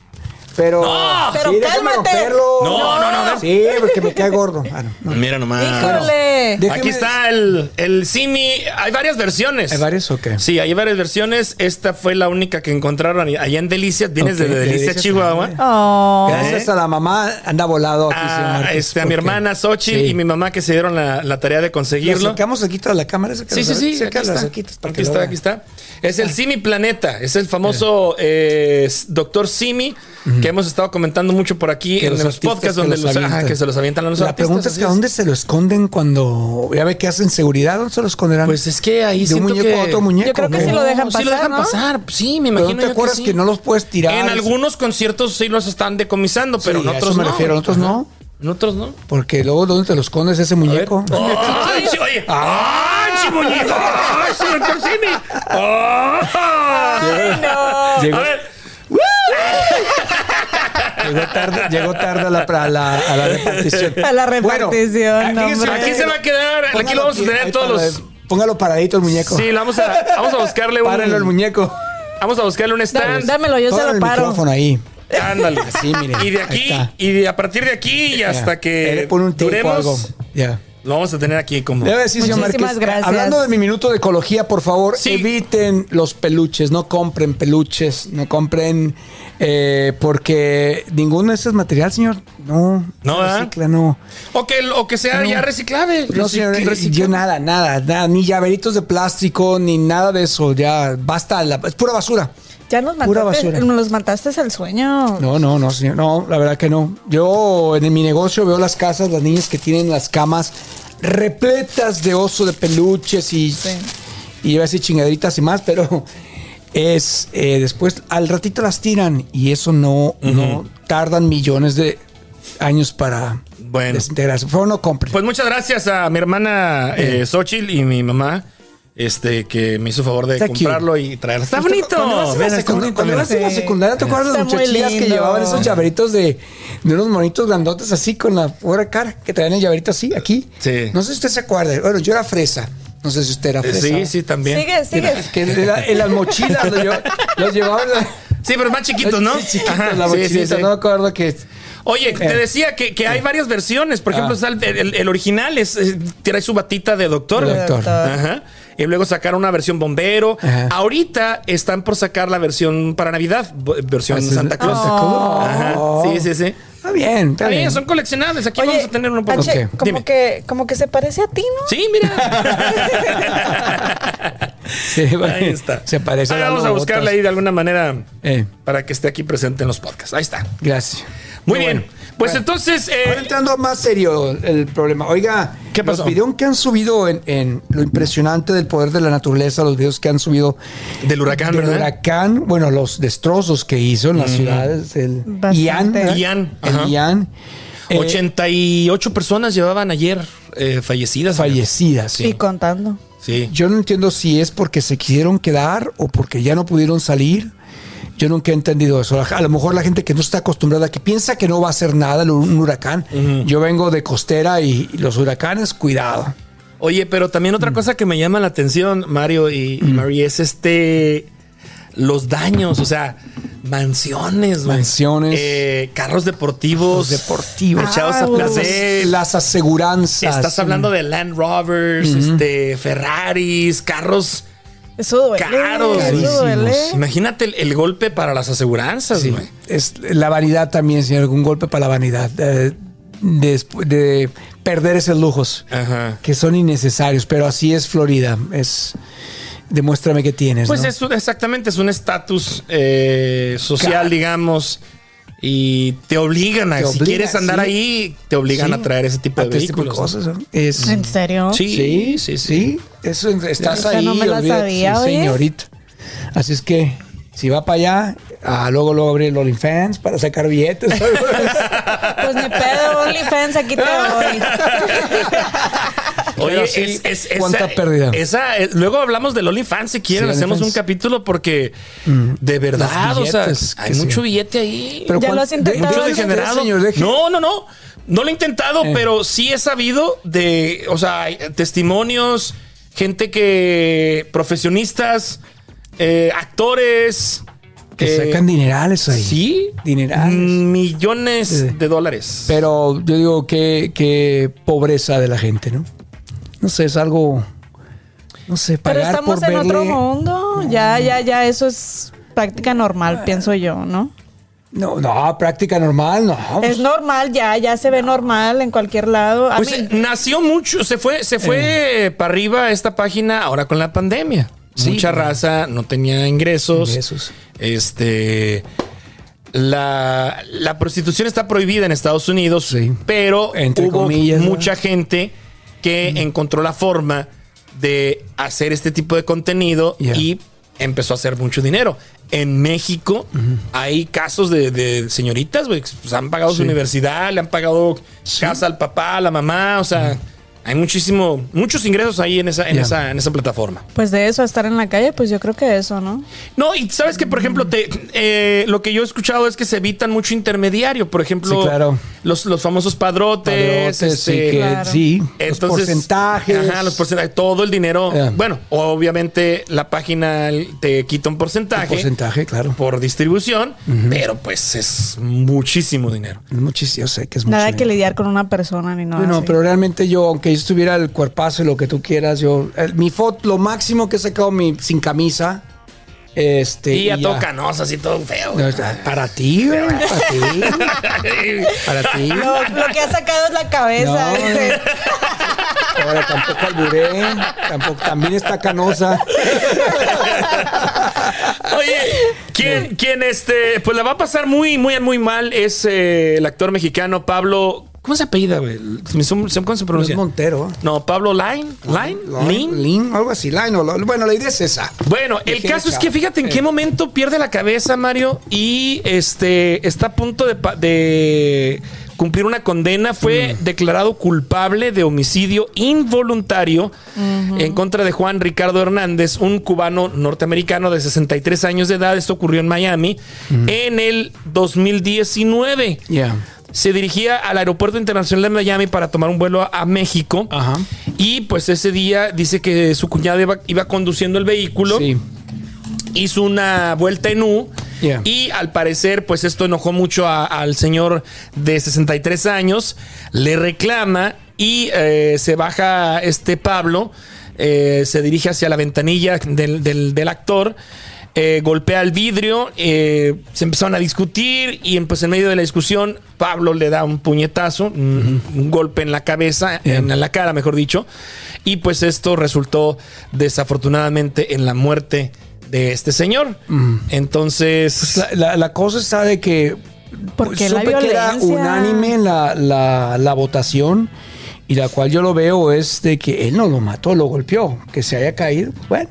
Speaker 5: Pero.
Speaker 3: No.
Speaker 4: Pero
Speaker 5: déjame
Speaker 4: cálmate.
Speaker 5: romperlo.
Speaker 3: No, no, no, no.
Speaker 5: Sí, porque me cae gordo. Ah, no, no.
Speaker 3: Mira nomás.
Speaker 4: Híjole.
Speaker 5: Déjeme-
Speaker 3: Aquí está el, el Simi. Hay varias versiones.
Speaker 5: ¿Hay varios o qué?
Speaker 3: Sí, hay varias versiones. Esta fue la única que encontraron allá en Delicias. Vienes de
Speaker 5: Ok, de
Speaker 3: Delicias,
Speaker 5: Delicias,
Speaker 3: Chihuahua.
Speaker 5: ah,
Speaker 4: Oh.
Speaker 5: Gracias
Speaker 3: ¿Eh?
Speaker 5: a la mamá anda volado aquí, señor
Speaker 3: A,
Speaker 5: Márquez,
Speaker 3: este, a mi
Speaker 5: porque-
Speaker 3: hermana Xochitl
Speaker 5: Sí.
Speaker 3: y mi mamá que se dieron la, la tarea de
Speaker 5: ¿Lo
Speaker 3: conseguirlo.
Speaker 5: sacamos aquí tras la cámara? Sácalo,
Speaker 3: Sí, sí, sí. Aquí
Speaker 5: sácalo,
Speaker 3: está.
Speaker 5: saquitas para
Speaker 3: Aquí
Speaker 5: que lo
Speaker 3: está,
Speaker 5: vean. Ah.
Speaker 3: aquí está. Es el Simi Planeta. Es el famoso eh, doctor Simi que hemos estado comentando mucho por aquí
Speaker 5: que
Speaker 3: en los,
Speaker 5: artistas
Speaker 3: podcasts
Speaker 5: que
Speaker 3: donde
Speaker 5: los
Speaker 3: los- ajá,
Speaker 5: avientan.
Speaker 3: que se los avientan a los
Speaker 5: La
Speaker 3: artistas,
Speaker 5: pregunta es
Speaker 3: así
Speaker 5: que ¿a dónde se lo esconden cuando ya ve que hacen seguridad? ¿Dónde se lo esconderán?
Speaker 3: Pues es que ahí
Speaker 5: de un
Speaker 3: siento
Speaker 5: muñeco
Speaker 3: que-
Speaker 5: a otro muñeco.
Speaker 4: Yo creo que
Speaker 5: ¿no?
Speaker 4: sí lo dejan
Speaker 3: No,
Speaker 4: pasar.
Speaker 3: Sí, lo dejan
Speaker 4: ¿no?
Speaker 3: pasar. Sí, me
Speaker 5: Pero
Speaker 3: imagino.
Speaker 5: ¿no
Speaker 3: yo
Speaker 5: te acuerdas
Speaker 3: sí.
Speaker 5: que, no los puedes tirar?
Speaker 3: En algunos conciertos sí los están decomisando, pero
Speaker 5: Sí,
Speaker 3: en
Speaker 5: a
Speaker 3: otros
Speaker 5: eso me
Speaker 3: no.
Speaker 5: refiero, en otros
Speaker 3: Ajá.
Speaker 5: no.
Speaker 3: En otros
Speaker 5: *laughs*
Speaker 3: no.
Speaker 5: Porque luego, ¿dónde te lo escondes ese muñeco?
Speaker 3: ¡Ay, sí, oye!
Speaker 5: ah.
Speaker 3: ¡Ay, sí, muñeco! ¡Ay, sí, doctor
Speaker 5: *laughs*
Speaker 3: Simi! ¡Ay!
Speaker 4: Ay, no.
Speaker 5: Llegó,
Speaker 3: A ver,
Speaker 5: llegó tarde, llegó tarde a, la, a la- a la repartición.
Speaker 4: A la
Speaker 5: Bueno,
Speaker 4: repartición,
Speaker 5: aquí se-
Speaker 4: hombre.
Speaker 3: aquí se va a quedar. Aquí lo vamos a tener
Speaker 5: ahí
Speaker 3: todos
Speaker 5: para-
Speaker 3: los.
Speaker 5: Póngalo paradito el muñeco.
Speaker 3: Sí, lo vamos a, vamos a buscarle un.
Speaker 5: Párenlo el muñeco.
Speaker 3: Vamos a buscarle un
Speaker 4: Da-
Speaker 3: stand.
Speaker 4: dámelo, yo se
Speaker 5: Póngalo
Speaker 4: lo
Speaker 5: el
Speaker 4: paro.
Speaker 5: micrófono ahí.
Speaker 3: Ándale.
Speaker 5: Así, Ah, mire,
Speaker 3: Y de
Speaker 5: ahí
Speaker 3: aquí,
Speaker 5: está.
Speaker 3: y de- a partir de aquí y hasta
Speaker 5: Ya. Eh,
Speaker 3: que
Speaker 5: Pon un tape o
Speaker 3: duremos,
Speaker 5: algo. Ya.
Speaker 3: lo vamos a tener aquí como.
Speaker 5: Debe decir, señor
Speaker 4: Muchísimas
Speaker 5: Márquez,
Speaker 4: gracias.
Speaker 5: Hablando de mi minuto de ecología, por favor,
Speaker 3: Sí.
Speaker 5: eviten los peluches, no compren peluches, no compren, eh, porque ninguno de esos material, señor, no,
Speaker 3: No,
Speaker 5: se
Speaker 3: ¿verdad?
Speaker 5: recicla, no.
Speaker 3: O que, o que sea Ah, ya reciclable.
Speaker 5: No, señor,
Speaker 3: Recic- reciclable.
Speaker 5: yo nada, nada, nada, ni llaveritos de plástico, ni nada de eso, ya, basta, la- es pura basura.
Speaker 4: Ya nos
Speaker 5: Pura
Speaker 4: mataste,
Speaker 5: basura.
Speaker 4: nos mataste el sueño.
Speaker 5: No, no, no, señor. No, la verdad que no. Yo en mi negocio veo las casas, las niñas que tienen las camas repletas de oso, de peluches y, y iba a decir chingaderitas y más, pero es eh, después al ratito las tiran y eso no, no tardan millones de años para
Speaker 3: Bueno.
Speaker 5: desintegrarse. Por favor, no compren.
Speaker 3: Pues muchas gracias a mi hermana eh, Xochitl y mi mamá. Este que me hizo favor de
Speaker 5: Está cute.
Speaker 3: comprarlo y traerlo. Está
Speaker 5: Usted,
Speaker 3: bonito.
Speaker 5: Cuando ibas en la
Speaker 3: Mira, está
Speaker 5: secundaria-
Speaker 3: bonito,
Speaker 5: cuando
Speaker 3: mira.
Speaker 5: ibas en la
Speaker 4: Sí.
Speaker 5: secundaria, ¿te acuerdas de las
Speaker 4: Está muy
Speaker 5: muchachillas que
Speaker 4: lindo.
Speaker 5: llevaban esos llaveritos de, de unos monitos grandotes así con la pura cara? Que traían el llaverito así, aquí.
Speaker 3: Sí.
Speaker 5: No sé si usted se acuerda. Bueno, yo era fresa. No sé si usted era
Speaker 3: Eh,
Speaker 5: fresa.
Speaker 3: Sí, sí, también.
Speaker 4: Sigue, sigue.
Speaker 5: Que en, la- en las mochilas los, llevaban- los llevaban.
Speaker 3: Sí, pero más chiquitos, ¿no?
Speaker 5: Sí, chiquitos,
Speaker 3: Ajá,
Speaker 5: la
Speaker 3: sí, sí,
Speaker 5: mochilita,
Speaker 3: sí.
Speaker 5: no me acuerdo que es.
Speaker 3: Oye, te decía que, que hay varias versiones. Por ejemplo,
Speaker 5: Eh. Ah.
Speaker 3: está el, el- el original es, eh, trae su batita de doctor.
Speaker 5: De doctor.
Speaker 3: Ajá. Y luego sacaron una versión bombero.
Speaker 5: Ajá.
Speaker 3: Ahorita están por sacar la versión para Navidad, bo- versión
Speaker 5: Así es,
Speaker 3: Santa Claus.
Speaker 5: Santa Claus.
Speaker 3: Ajá. Sí, sí, sí.
Speaker 5: Oh. Está bien, está
Speaker 3: Está bien,
Speaker 5: bien.
Speaker 3: son coleccionables. Aquí
Speaker 4: Oye,
Speaker 3: vamos a tener uno por
Speaker 4: H,
Speaker 5: H,
Speaker 3: Ok.
Speaker 4: como
Speaker 3: Dime.
Speaker 4: que como que se parece a ti, ¿no?
Speaker 3: Sí, mira.
Speaker 5: *laughs* Sí,
Speaker 3: ahí está.
Speaker 5: Se parece
Speaker 3: Ahí
Speaker 5: la
Speaker 3: vamos a
Speaker 5: Lobotas.
Speaker 3: buscarle ahí de alguna manera
Speaker 5: Eh.
Speaker 3: para que esté aquí presente en los podcasts. Ahí está.
Speaker 5: Gracias.
Speaker 3: Muy
Speaker 5: Pero
Speaker 3: bien.
Speaker 5: bueno.
Speaker 3: Pues
Speaker 5: Bueno.
Speaker 3: entonces. eh,
Speaker 5: Ahora entrando más serio el problema. Oiga,
Speaker 3: ¿Qué pasó?
Speaker 5: los videos que han subido en, en lo impresionante del poder de la naturaleza, los videos que han subido
Speaker 3: Del huracán,
Speaker 5: del
Speaker 3: ¿verdad?
Speaker 5: huracán, bueno, los destrozos que hizo en las ciudades, el
Speaker 4: Bastante.
Speaker 5: Ian, ¿verdad?
Speaker 3: Ian,
Speaker 5: el
Speaker 3: ajá.
Speaker 5: Ian, eh,
Speaker 3: 88 personas llevaban ayer eh, fallecidas.
Speaker 5: fallecidas.
Speaker 4: Y contando.
Speaker 3: Sí.
Speaker 5: Yo no entiendo si es porque se quisieron quedar o porque ya no pudieron salir. Yo nunca he entendido eso. A lo mejor la gente que no está acostumbrada, que piensa que no va a hacer nada el- un huracán. Yo vengo de costera y y los huracanes, cuidado.
Speaker 3: Oye, pero también
Speaker 5: Mm.
Speaker 3: otra cosa que me llama la atención, Mario y, y Mary, es este. Los daños, o sea, mansiones, güey.
Speaker 5: Mansiones.
Speaker 3: Eh, carros deportivos,
Speaker 4: Ah,
Speaker 5: Los deportivos.
Speaker 3: echados a
Speaker 5: Ah, las-
Speaker 3: placer.
Speaker 5: Las aseguranzas.
Speaker 3: Estás hablando de Land Rovers,
Speaker 5: Mm-hmm.
Speaker 3: este, Ferraris, carros
Speaker 4: Eso duele.
Speaker 3: caros. güey.
Speaker 4: Eso duele.
Speaker 3: Imagínate el, el golpe para las aseguranzas,
Speaker 5: ¿Eh? Sí.
Speaker 3: güey.
Speaker 5: Es la vanidad también, señor. Un golpe para la vanidad. Eh, de, de perder esos lujos
Speaker 3: Ajá.
Speaker 5: que son innecesarios, pero así es Florida. Es demuéstrame que tienes.
Speaker 3: Pues
Speaker 5: ¿no?
Speaker 3: es un- exactamente, es un estatus eh, social,
Speaker 5: Claro.
Speaker 3: digamos. Y te obligan a,
Speaker 5: Te
Speaker 3: si
Speaker 5: obliga,
Speaker 3: quieres andar
Speaker 5: sí.
Speaker 3: ahí, te obligan
Speaker 5: Sí.
Speaker 3: a traer ese tipo
Speaker 5: A
Speaker 3: de
Speaker 5: todo este tipo de
Speaker 3: vehículos. ¿no?
Speaker 5: cosas. ¿no? Es,
Speaker 4: ¿En serio?
Speaker 5: Sí, sí, sí. Eso estás
Speaker 4: Esa
Speaker 5: ahí,
Speaker 4: no me la
Speaker 5: olvídate,
Speaker 4: sabía,
Speaker 5: sí,
Speaker 4: oye.
Speaker 5: señorita. Así es que si va para allá, ah, luego luego abrir el OnlyFans para sacar billetes. *laughs*
Speaker 4: Pues ni pedo, OnlyFans, aquí
Speaker 3: *laughs*
Speaker 4: te voy.
Speaker 3: Oye,
Speaker 5: Pero sí,
Speaker 3: es, es- esa-
Speaker 5: cuánta pérdida.
Speaker 3: esa- eh, luego hablamos del OnlyFans si quieren,
Speaker 5: Sí,
Speaker 3: hacemos
Speaker 5: OnlyFans. Mm.
Speaker 3: un capítulo porque de verdad,
Speaker 5: Los
Speaker 3: o sea,
Speaker 5: billetes
Speaker 3: hay
Speaker 5: que
Speaker 3: mucho
Speaker 5: sí.
Speaker 3: billete ahí.
Speaker 5: Pero
Speaker 4: Ya
Speaker 5: cuan-
Speaker 4: lo has
Speaker 5: de-
Speaker 4: intentado
Speaker 5: mucho
Speaker 3: Mucho
Speaker 4: Pero
Speaker 5: deje-
Speaker 3: degenerado.
Speaker 5: señor, deje-
Speaker 3: No, no, no. No lo he intentado,
Speaker 5: Eh.
Speaker 3: pero sí he sabido de, o sea, hay testimonios, gente que, profesionistas, eh, actores.
Speaker 5: que
Speaker 3: eh,
Speaker 5: sacan dinerales ahí.
Speaker 3: Sí.
Speaker 4: Mm.
Speaker 5: Dinerales. Sí.
Speaker 3: Millones de dólares.
Speaker 5: Pero yo digo que, que pobreza de la gente, ¿no? No sé, es algo. No sé,
Speaker 4: Pero
Speaker 5: pagar
Speaker 4: estamos
Speaker 5: por
Speaker 4: en otro
Speaker 5: verle-
Speaker 4: mundo. Ya, ya, ya, eso es práctica normal,
Speaker 3: Ah.
Speaker 4: pienso yo, ¿no?
Speaker 5: No, no, práctica normal, no.
Speaker 4: Es normal, ya, ya se ve normal en cualquier lado. A
Speaker 3: Pues
Speaker 4: mí-
Speaker 3: eh, nació mucho, se fue, se
Speaker 5: Eh.
Speaker 3: fue para arriba esta página ahora con la pandemia. Mucha raza no tenía ingresos.
Speaker 5: Ingresos.
Speaker 3: Este. La, la prostitución está prohibida en Estados Unidos,
Speaker 5: Sí.
Speaker 3: pero
Speaker 5: Entre
Speaker 3: hubo
Speaker 5: comillas, ¿no?
Speaker 3: mucha gente que encontró la forma de hacer este tipo de contenido
Speaker 5: Ya.
Speaker 3: y empezó a hacer mucho dinero. En México hay casos de, de señoritas, güey, que pues, han pagado su
Speaker 5: Sí.
Speaker 3: universidad, le han pagado casa al papá, a la mamá, o sea, hay muchísimo, muchos ingresos ahí en esa, en
Speaker 5: Ya.
Speaker 3: esa, en esa plataforma.
Speaker 4: Pues de eso, a estar en la calle, pues yo creo que eso, ¿no?
Speaker 3: No, y sabes que, por ejemplo, te, eh, lo que yo he escuchado es que se evitan mucho intermediario. Por ejemplo,
Speaker 5: Sí, claro.
Speaker 3: los, los famosos padrotes.
Speaker 5: Padrotes, sí,
Speaker 3: este,
Speaker 5: que-
Speaker 4: Claro.
Speaker 5: sí, los
Speaker 3: Entonces,
Speaker 5: porcentajes.
Speaker 3: Ajá, los porcentajes. Todo el dinero.
Speaker 5: Ya.
Speaker 3: Bueno, obviamente la página te quita un porcentaje.
Speaker 5: porcentaje, claro.
Speaker 3: Por distribución, pero pues es muchísimo dinero.
Speaker 5: Es muchísimo, yo sé que es
Speaker 4: Nada
Speaker 5: mucho
Speaker 4: que
Speaker 5: dinero.
Speaker 4: lidiar con una persona ni nada.
Speaker 5: No, no,
Speaker 4: así.
Speaker 5: pero realmente yo, aunque yo estuviera el cuerpazo y lo que tú quieras, yo. el- mi foto, lo máximo que he sacado mi, sin camisa. Este.
Speaker 3: y ya todo
Speaker 5: tocan.
Speaker 3: canoso, así todo feo. güey.
Speaker 5: Para ti, güey, para ti. Para ti.
Speaker 4: Lo, lo que ha sacado es la cabeza.
Speaker 5: No.
Speaker 4: dice.
Speaker 5: Ahora tampoco alburé, tampoco, también está canosa.
Speaker 3: *laughs* Oye, ¿quién, quién este, pues la va a pasar muy, muy, muy mal es eh, el actor mexicano Pablo. ¿Cómo se apellida, güey? Se me hizo- se- ¿Cómo se
Speaker 5: No es
Speaker 3: pronuncia?
Speaker 5: Montero.
Speaker 3: No, Pablo Line. Line.
Speaker 5: Lin,
Speaker 3: Lin.
Speaker 5: Lin, algo así, Lin, o lo- bueno, la idea es esa.
Speaker 3: Bueno, el
Speaker 5: Dije,
Speaker 3: caso es
Speaker 5: chao.
Speaker 3: que fíjate en qué momento pierde la cabeza Mario y este está a punto de, pa- de cumplir una condena. Fue
Speaker 5: Mm.
Speaker 3: declarado culpable de homicidio involuntario en contra de Juan Ricardo Hernández, un cubano norteamericano de 63 años de edad. Esto ocurrió en Miami
Speaker 5: Mm.
Speaker 3: en el 2019.
Speaker 5: Ya.
Speaker 3: Se dirigía al aeropuerto internacional de Miami para tomar un vuelo a, a México.
Speaker 5: Ajá.
Speaker 3: Y pues ese día dice que su cuñada iba, iba conduciendo el vehículo
Speaker 5: Sí.
Speaker 3: hizo una vuelta en U.
Speaker 5: Yeah.
Speaker 3: Y al parecer, pues esto enojó mucho a- al señor de 63 años. Le reclama y eh, se baja este Pablo. eh, se dirige hacia la ventanilla del, del- del actor. eh, golpea el vidrio. eh, se empezaron a discutir. Y en- pues en medio de la discusión, Pablo le da un puñetazo, un, un golpe en la cabeza, en la cara, mejor dicho. Y pues esto resultó desafortunadamente en la muerte de este señor. Entonces,
Speaker 5: Pues La, la- la cosa está de que pues,
Speaker 4: Porque la
Speaker 5: que era
Speaker 4: violencia.
Speaker 5: unánime la, la- la votación y la cual yo lo veo es de que él no lo mató, lo golpeó, que se haya caído, bueno,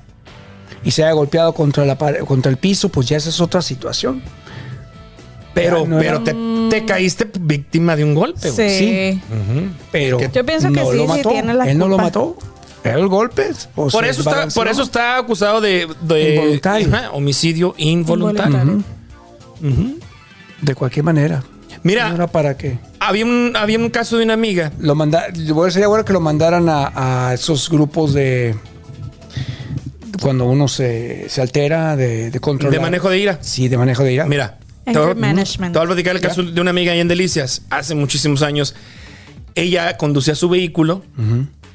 Speaker 5: y se haya golpeado contra, la, pared- contra el piso, pues ya esa es otra situación.
Speaker 3: pero,
Speaker 5: Ya no
Speaker 3: pero
Speaker 5: era-
Speaker 3: te, te caíste víctima de un golpe. güey.
Speaker 4: Sí.
Speaker 5: Pero
Speaker 4: Yo pienso que
Speaker 5: no
Speaker 4: sí,
Speaker 5: lo
Speaker 4: sí
Speaker 5: mató.
Speaker 4: tiene la
Speaker 5: él no lo
Speaker 4: culpa.
Speaker 5: mató. El golpe. pues,
Speaker 3: Por
Speaker 5: se
Speaker 3: eso, está,
Speaker 5: desbalanceó.
Speaker 3: por eso está acusado de, de-
Speaker 5: Involuntario.
Speaker 3: Ajá, homicidio involuntario.
Speaker 4: Involuntario.
Speaker 5: De cualquier manera.
Speaker 3: Mira.
Speaker 5: No era para qué.
Speaker 3: Había, un, había un caso de una amiga.
Speaker 5: Lo manda, bueno, sería bueno que lo mandaran a, a esos grupos de cuando uno se, se altera de, de control.
Speaker 3: De manejo de ira.
Speaker 5: Sí, de manejo de ira.
Speaker 3: Mira, te voy,
Speaker 4: Anger management.
Speaker 3: te voy a platicar el caso de una amiga ahí en Delicias. Hace muchísimos años, ella conducía su vehículo.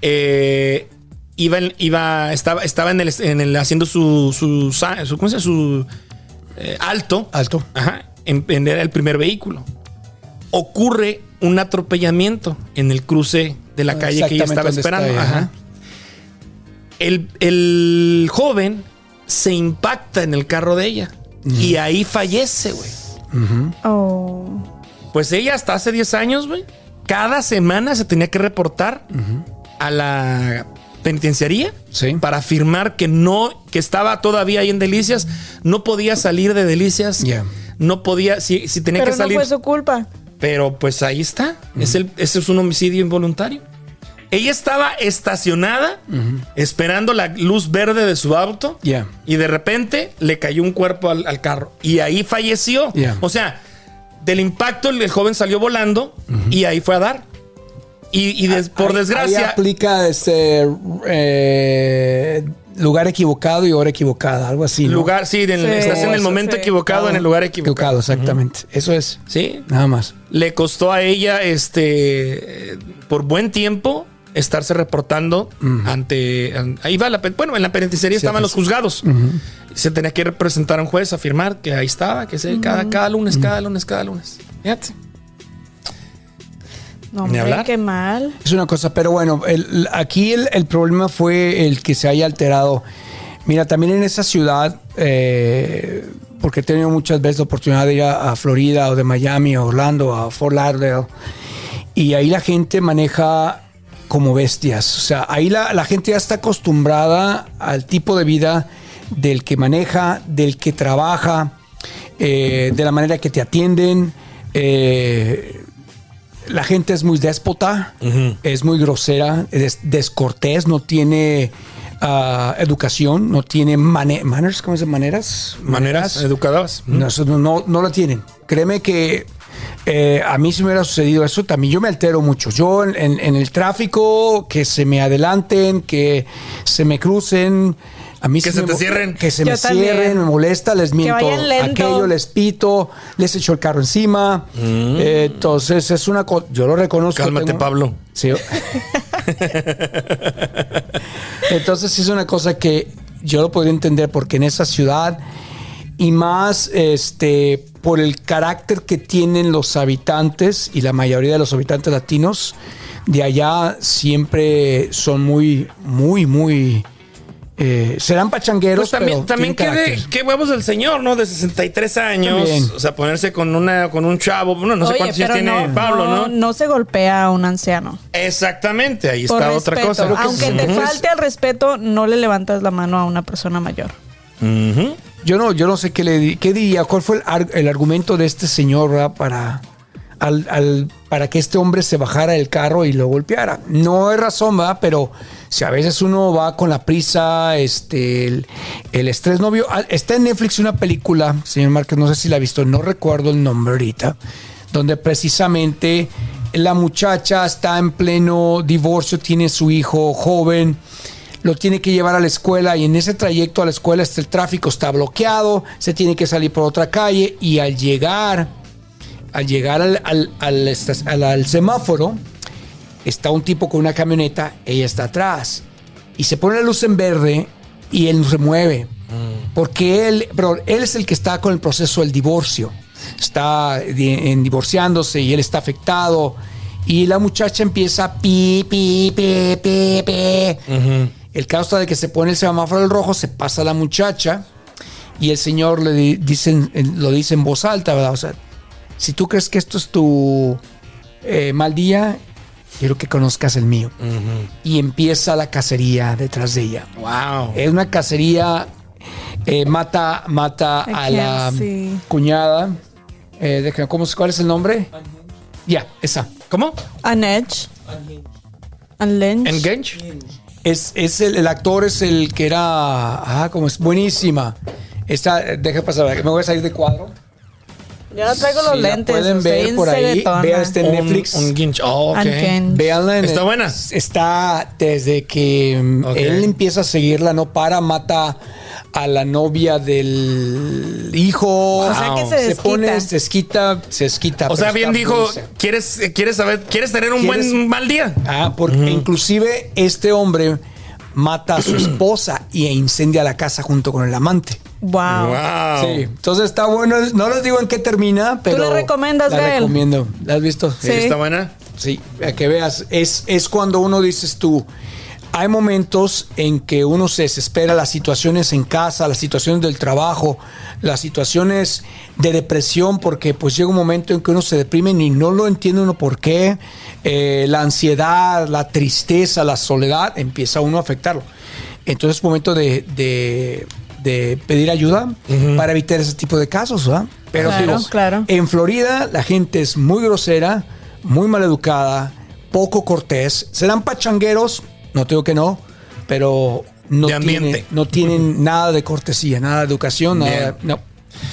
Speaker 3: eh, iba, en- iba, estaba, estaba en el, en el- haciendo su, su, sa- su- ¿cómo se llama? Su eh, alto.
Speaker 5: Alto.
Speaker 3: Ajá. En, en- era el primer vehículo. Ocurre un atropellamiento en el cruce de la calle que ella
Speaker 5: Exactamente
Speaker 3: estaba
Speaker 5: donde está
Speaker 3: esperando.
Speaker 5: ella,
Speaker 3: Ajá.
Speaker 5: ajá.
Speaker 3: El, el joven se impacta en el carro de ella y ahí fallece, güey.
Speaker 4: Oh.
Speaker 3: Pues ella hasta hace 10 años, güey, cada semana se tenía que reportar a la penitenciaría
Speaker 5: Sí.
Speaker 3: para afirmar que no, que estaba todavía ahí en Delicias, no podía salir de Delicias.
Speaker 5: Ya.
Speaker 3: No podía, si, si tenía
Speaker 4: Pero
Speaker 3: que
Speaker 4: no
Speaker 3: salir.
Speaker 4: fue su culpa.
Speaker 3: Pero pues ahí está. es el, ese es un homicidio involuntario. Ella estaba estacionada esperando la luz verde de su auto
Speaker 5: Ya.
Speaker 3: y de repente le cayó un cuerpo al, al carro y ahí falleció.
Speaker 5: Ya.
Speaker 3: O sea, del impacto el, el joven salió volando y ahí fue a dar. Y, y des- por
Speaker 5: Ah, Ahí- Ahí
Speaker 3: desgracia,
Speaker 5: aplica este eh, lugar equivocado y hora equivocada, algo así. ¿no?
Speaker 3: lugar, sí, en-
Speaker 4: Sí,
Speaker 3: estás en el
Speaker 4: eso
Speaker 3: momento
Speaker 4: sí.
Speaker 3: equivocado, en el lugar equivocado.
Speaker 5: equivocado, exactamente. Eso es.
Speaker 3: Sí,
Speaker 5: Nada más.
Speaker 3: le costó a ella este eh, por buen tiempo estarse reportando ante an- ahí va la pe- bueno en la penitenciaría estaban los juzgados se tenía que presentar a un juez afirmar que ahí estaba que se cada cada lunes cada lunes cada lunes fíjate
Speaker 4: No,
Speaker 3: Ni
Speaker 4: hombre,
Speaker 3: hablar.
Speaker 4: qué mal.
Speaker 5: Es una cosa, pero bueno, el- aquí el, el problema fue el que se haya alterado. Mira, también en esa ciudad, eh, porque he tenido muchas veces la oportunidad de ir a, a Florida o de Miami a Orlando a Fort Lauderdale, y ahí la gente maneja como bestias. O sea, ahí la, la gente ya está acostumbrada al tipo de vida del que maneja, del que trabaja, eh, de la manera que te atienden. eh, la gente es muy déspota, es muy grosera, es descortés, no tiene ah, educación, no tiene mane- manners, ¿cómo se dice? Maneras.
Speaker 3: maneras Pues educadas
Speaker 5: No, eso no, no, no la tienen. Créeme que eh, a mí si me hubiera sucedido eso, también yo me altero mucho. Yo en, en- en el tráfico, que se me adelanten, que se me crucen. A mí
Speaker 3: Que
Speaker 5: sí
Speaker 3: se
Speaker 5: me
Speaker 3: te
Speaker 5: mo-
Speaker 3: cierren.
Speaker 5: Que se
Speaker 4: Yo
Speaker 5: me
Speaker 4: también.
Speaker 5: cierren, me molesta, les miento.
Speaker 4: vayan lento.
Speaker 5: Aquello les pito, les echo el carro encima. Eh, entonces es una cosa, yo lo reconozco.
Speaker 3: Mm. Cálmate, Pablo. *laughs*
Speaker 5: Sí. Entonces sí es una cosa que yo lo podría entender porque en esa ciudad y más este por el carácter que tienen los habitantes y la mayoría de los habitantes latinos de allá siempre son muy muy muy eh, serán pachangueros
Speaker 3: Pues también,
Speaker 5: pero
Speaker 3: también qué,
Speaker 5: tienen
Speaker 3: de-
Speaker 5: carácter.
Speaker 3: qué huevos del señor, ¿no? De 63 años.
Speaker 5: También.
Speaker 3: O sea, ponerse con una, con un chavo. Bueno, no sé
Speaker 4: Oye,
Speaker 3: cuántos años
Speaker 4: pero
Speaker 3: tiene
Speaker 4: no,
Speaker 3: Pablo, ¿no?
Speaker 4: No se golpea a un anciano.
Speaker 3: Exactamente, ahí
Speaker 4: Por
Speaker 3: está
Speaker 4: respeto.
Speaker 3: otra cosa.
Speaker 4: Aunque te
Speaker 3: Ujú.
Speaker 4: falte el respeto, no le levantas la mano a una persona mayor.
Speaker 3: Ujú.
Speaker 5: Yo no, yo no sé qué le di- qué diría, cuál fue el, ar- el argumento de este señor ¿verdad? para al- al- para que este hombre se bajara del carro y lo golpeara. No hay razón, ¿verdad? pero si a veces uno va con la prisa, este, el, el estrés novio. Ah, Está en Netflix una película, señor Márquez, no sé si la ha visto, no recuerdo el nombre ahorita, donde precisamente la muchacha está en pleno divorcio, tiene su hijo joven lo tiene que llevar a la escuela y en ese trayecto a la escuela está el tráfico está bloqueado, se tiene que salir por otra calle y al llegar, al llegar al, al- al estas- al- al semáforo, está un tipo con una camioneta, ella está atrás y se pone la luz en verde y él se mueve. Porque él, pero él es el que está con el proceso del divorcio. Está di- en divorciándose y él está afectado. Y la muchacha empieza pi, pi, pi, pi, pi. El caso está de que se pone el semáforo del rojo, se pasa la muchacha y el señor le di- dicen, lo dice en voz alta, ¿verdad? O sea, si tú crees que esto es tu eh, mal día, quiero que conozcas el mío. Y empieza la cacería detrás de ella.
Speaker 3: Wow.
Speaker 5: Es una cacería. eh, mata mata
Speaker 4: I
Speaker 5: a
Speaker 4: can't
Speaker 5: la
Speaker 4: see.
Speaker 5: cuñada. Eh, deja- ¿cómo, es- ¿Cuál es el nombre? Ya, esa.
Speaker 3: ¿Cómo?
Speaker 4: An Edge. An Lynch.
Speaker 3: Engage.
Speaker 5: Es, es el, el actor es el que era. Ah, como es buenísima. Esta, eh, deja pasar, que me voy a salir de cuadro.
Speaker 4: Yo no traigo los
Speaker 5: Si la
Speaker 4: lentes.
Speaker 5: pueden
Speaker 4: estoy
Speaker 5: ver
Speaker 4: en
Speaker 5: por ahí.
Speaker 4: ceguetona.
Speaker 5: Vean este en Netflix.
Speaker 3: Engage. Oh, ok.
Speaker 4: Uncanny.
Speaker 5: Véanla en
Speaker 3: ¿Está buena?
Speaker 5: Está desde que mm,
Speaker 3: Ok.
Speaker 5: él empieza a seguirla, no para, mata a la novia del hijo.
Speaker 4: O sea que se desquita.
Speaker 5: pone, se esquita, se esquita.
Speaker 3: O
Speaker 5: pero
Speaker 3: sea,
Speaker 5: está
Speaker 3: bien dijo,
Speaker 5: buenísima.
Speaker 3: ¿quieres, eh, quieres saber, quieres tener un
Speaker 5: ¿Quieres?
Speaker 3: buen mal día?
Speaker 5: Ah,
Speaker 3: *clears throat*
Speaker 5: porque inclusive este hombre mata a su esposa y incendia la casa junto con el amante.
Speaker 4: Wow.
Speaker 3: Wow.
Speaker 5: Ah, Sí, entonces está bueno. No les digo en qué termina, pero.
Speaker 4: la recomiendas,
Speaker 5: la
Speaker 4: Gael?
Speaker 5: recomiendo. ¿La has visto?
Speaker 4: Sí.
Speaker 3: ¿Está buena?
Speaker 5: Sí, a que veas. Es, es cuando uno dices tú. Hay momentos en que uno se desespera, las situaciones en casa, las situaciones del trabajo, las situaciones de depresión, porque pues llega un momento en que uno se deprime y no lo entiende uno por qué, eh, la ansiedad, la tristeza, la soledad, empieza uno a afectarlo. Entonces es momento de, de- de pedir ayuda para evitar ese tipo de casos, ¿verdad? Pero
Speaker 4: Claro,
Speaker 5: digo,
Speaker 4: claro.
Speaker 5: en Florida la gente es muy grosera, muy maleducada, poco cortés. Serán pachangueros, no te digo que no, pero no,
Speaker 3: De ambiente.
Speaker 5: Tienen, no tienen nada de cortesía, nada de educación, nada-
Speaker 3: Bien.
Speaker 5: no.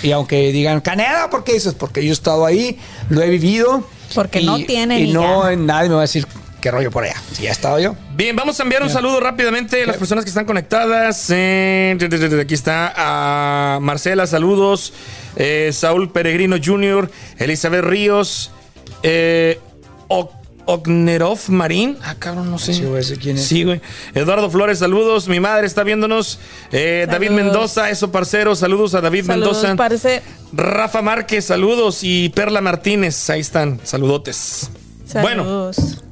Speaker 5: Y aunque digan, Caneda, ¿por qué dices? Porque yo he estado ahí, lo he vivido.
Speaker 4: Porque no tienen
Speaker 5: Y
Speaker 4: y
Speaker 5: no,
Speaker 4: ya.
Speaker 5: nadie me va a decir qué rollo por allá. Si ya he estado yo.
Speaker 3: Bien, vamos a enviar un saludo rápidamente a las personas que están conectadas. Eh, de- de- de- de- aquí está a Marcela, saludos. Eh, Saúl Peregrino Jr., Elizabeth Ríos, eh, O- Ognerov Marín. Ah, cabrón, no sé.
Speaker 5: Sí, güey, ese quién es.
Speaker 3: Sí, güey. Eduardo Flores, saludos. Mi madre está viéndonos. Eh, David
Speaker 4: Saludos.
Speaker 3: Mendoza, eso, parcero. Saludos a David
Speaker 4: Saludos,
Speaker 3: Mendoza.
Speaker 4: parce.
Speaker 3: Rafa Márquez, saludos. Y Perla Martínez, ahí están. Saludotes. Bueno,
Speaker 4: Saludos.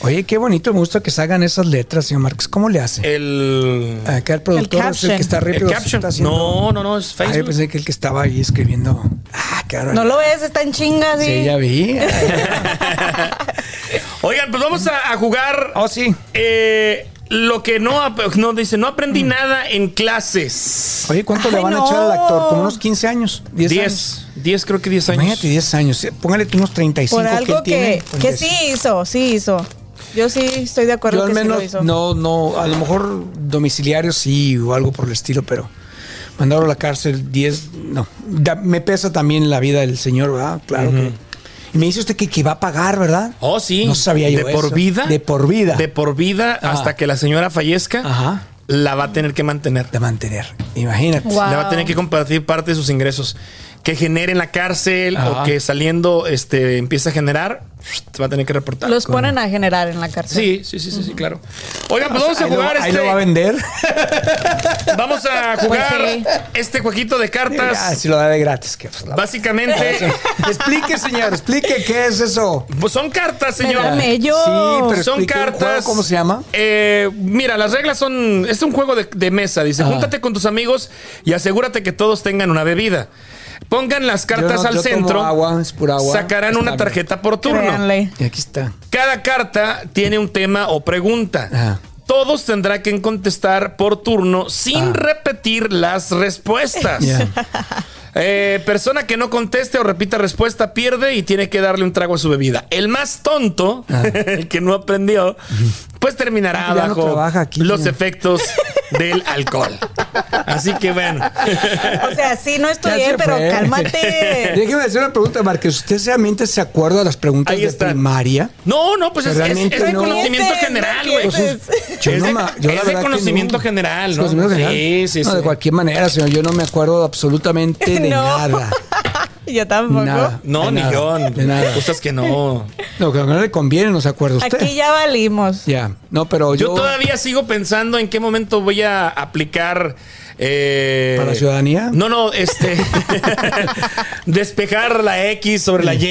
Speaker 5: Oye, qué bonito, me gusta que salgan esas letras, señor Márquez. ¿Cómo le hace?
Speaker 3: el...
Speaker 5: Eh, Acá el productor es el
Speaker 4: caption.
Speaker 5: que está arriba.
Speaker 3: El
Speaker 5: los
Speaker 3: caption.
Speaker 5: está haciendo-
Speaker 3: No, no, no, es
Speaker 5: Ah, yo
Speaker 3: Facebook.
Speaker 5: pensé que el que estaba ahí escribiendo. Ah, claro.
Speaker 4: no lo ves, está en chingas.
Speaker 5: Sí,
Speaker 4: *laughs*
Speaker 5: ya vi.
Speaker 3: Oigan, pues vamos a, a jugar
Speaker 5: Oh, sí.
Speaker 3: eh, lo que no, ap- no dice, no
Speaker 5: Mm.
Speaker 3: aprendí nada en clases.
Speaker 5: Oye, ¿cuánto
Speaker 4: Ay,
Speaker 5: le van a
Speaker 4: no.
Speaker 5: echar al actor? Como unos 15 años. 10. años.
Speaker 3: 10, 10 creo que 10 años.
Speaker 5: Imagínate, 10 años. Póngale tú unos 35
Speaker 4: Por algo
Speaker 5: que, él tiene,
Speaker 4: que,
Speaker 5: pues,
Speaker 4: que
Speaker 5: es-
Speaker 4: sí hizo, sí hizo. Yo sí estoy de acuerdo
Speaker 5: Yo al
Speaker 4: que
Speaker 5: menos,
Speaker 4: sí lo hizo.
Speaker 5: no, no, a lo mejor domiciliario sí o algo por el estilo, pero mandarlo a la cárcel 10, no. Da- me pesa también la vida del señor, ¿verdad? Claro que. Y me dice usted que, que va a pagar, ¿verdad?
Speaker 3: Oh, sí.
Speaker 5: No sabía yo
Speaker 3: De por
Speaker 5: eso.
Speaker 3: vida.
Speaker 5: De por vida.
Speaker 3: De por vida
Speaker 5: Ajá.
Speaker 3: hasta que la señora fallezca.
Speaker 5: Ajá.
Speaker 3: La va a tener que mantener.
Speaker 5: De mantener. Imagínate.
Speaker 4: Guau.
Speaker 3: Le va a tener que compartir parte de sus ingresos. Que genere en la cárcel
Speaker 5: Ajá.
Speaker 3: o que saliendo este, empieza a generar, te va a tener que reportar.
Speaker 4: Los ponen a generar en la cárcel.
Speaker 3: Sí, sí, sí, sí, sí, claro. Oigan, pues vamos a
Speaker 5: Ahí lo-
Speaker 3: jugar
Speaker 5: ahí
Speaker 3: este.
Speaker 5: lo va a vender.
Speaker 3: Vamos a jugar
Speaker 4: Pues sí.
Speaker 3: este jueguito de
Speaker 5: Ah,
Speaker 3: cartas.
Speaker 5: si lo da de gratis. Que, pues, la-
Speaker 3: Básicamente,
Speaker 5: *laughs* explique, señor, explique qué es eso.
Speaker 3: pues son cartas, señor.
Speaker 4: Espérame. Mello.
Speaker 5: Sí, pero
Speaker 3: Son
Speaker 5: explique el juego,
Speaker 3: cartas.
Speaker 5: ¿Cómo se llama?
Speaker 3: Eh, mira, las reglas son. Es un juego de, de mesa. Dice:
Speaker 5: Ajá.
Speaker 3: júntate con tus amigos y asegúrate que todos tengan una bebida. Pongan las cartas
Speaker 5: Yo no-
Speaker 3: al
Speaker 5: yo tomo
Speaker 3: centro.
Speaker 5: agua, es pura agua.
Speaker 3: Sacarán
Speaker 5: Está
Speaker 3: una
Speaker 5: bien.
Speaker 3: tarjeta por turno.
Speaker 5: *laughs*
Speaker 4: Créanle.
Speaker 5: Y aquí está.
Speaker 3: Cada carta tiene un tema o pregunta.
Speaker 5: Ajá.
Speaker 3: Todos tendrán que contestar por turno sin
Speaker 5: Ah.
Speaker 3: repetir las respuestas.
Speaker 5: Ya.
Speaker 3: *laughs* Eh, persona que no conteste o repita respuesta pierde y tiene que darle un trago a su bebida. El más tonto, *laughs* el que no aprendió, pues terminará
Speaker 5: Ah. Ya no
Speaker 3: bajo
Speaker 5: trabaja aquí,
Speaker 3: los
Speaker 5: ya.
Speaker 3: efectos del alcohol. Así que
Speaker 5: *laughs*
Speaker 3: bueno.
Speaker 4: O sea, sí, no
Speaker 5: Ya
Speaker 4: estudié,
Speaker 5: se
Speaker 4: pero
Speaker 5: fue. *laughs*
Speaker 4: cálmate.
Speaker 5: Déjeme hacer una pregunta, Marquez. ¿Usted realmente se acuerda de las preguntas
Speaker 3: Ahí
Speaker 5: de
Speaker 3: está.
Speaker 5: primaria?
Speaker 3: No, no, pues es, es,
Speaker 5: Realmente
Speaker 3: es de
Speaker 5: no.
Speaker 3: conocimiento
Speaker 4: Ese,
Speaker 3: general,
Speaker 4: no
Speaker 3: güey.
Speaker 4: empieces.
Speaker 5: Yo
Speaker 3: es
Speaker 5: no
Speaker 3: de,
Speaker 5: ma- yo la
Speaker 3: es de
Speaker 5: verdad que
Speaker 3: conocimiento
Speaker 5: no.
Speaker 3: general,
Speaker 5: ¿Es
Speaker 3: ¿no?
Speaker 5: conocimiento general?
Speaker 3: Sí, sí,
Speaker 5: No,
Speaker 3: sí.
Speaker 5: de cualquier manera, señor. Yo no me
Speaker 4: *laughs*
Speaker 5: acuerdo absolutamente de
Speaker 4: No.
Speaker 5: nada.
Speaker 4: Yo tampoco.
Speaker 5: Nada.
Speaker 3: No,
Speaker 5: De
Speaker 3: ni
Speaker 5: nada,
Speaker 3: yo.
Speaker 5: de nada. Pues
Speaker 3: Cosas que no.
Speaker 5: Lo que no le conviene no se acuerda usted.
Speaker 4: Aquí ya valimos.
Speaker 5: Ya. No, pero yo.
Speaker 3: Yo, todavía sigo pensando en qué momento voy a aplicar. eh,
Speaker 5: ¿Para la ciudadanía?
Speaker 3: No, no,
Speaker 5: *laughs*
Speaker 3: este. *laughs* despejar la X sobre la Y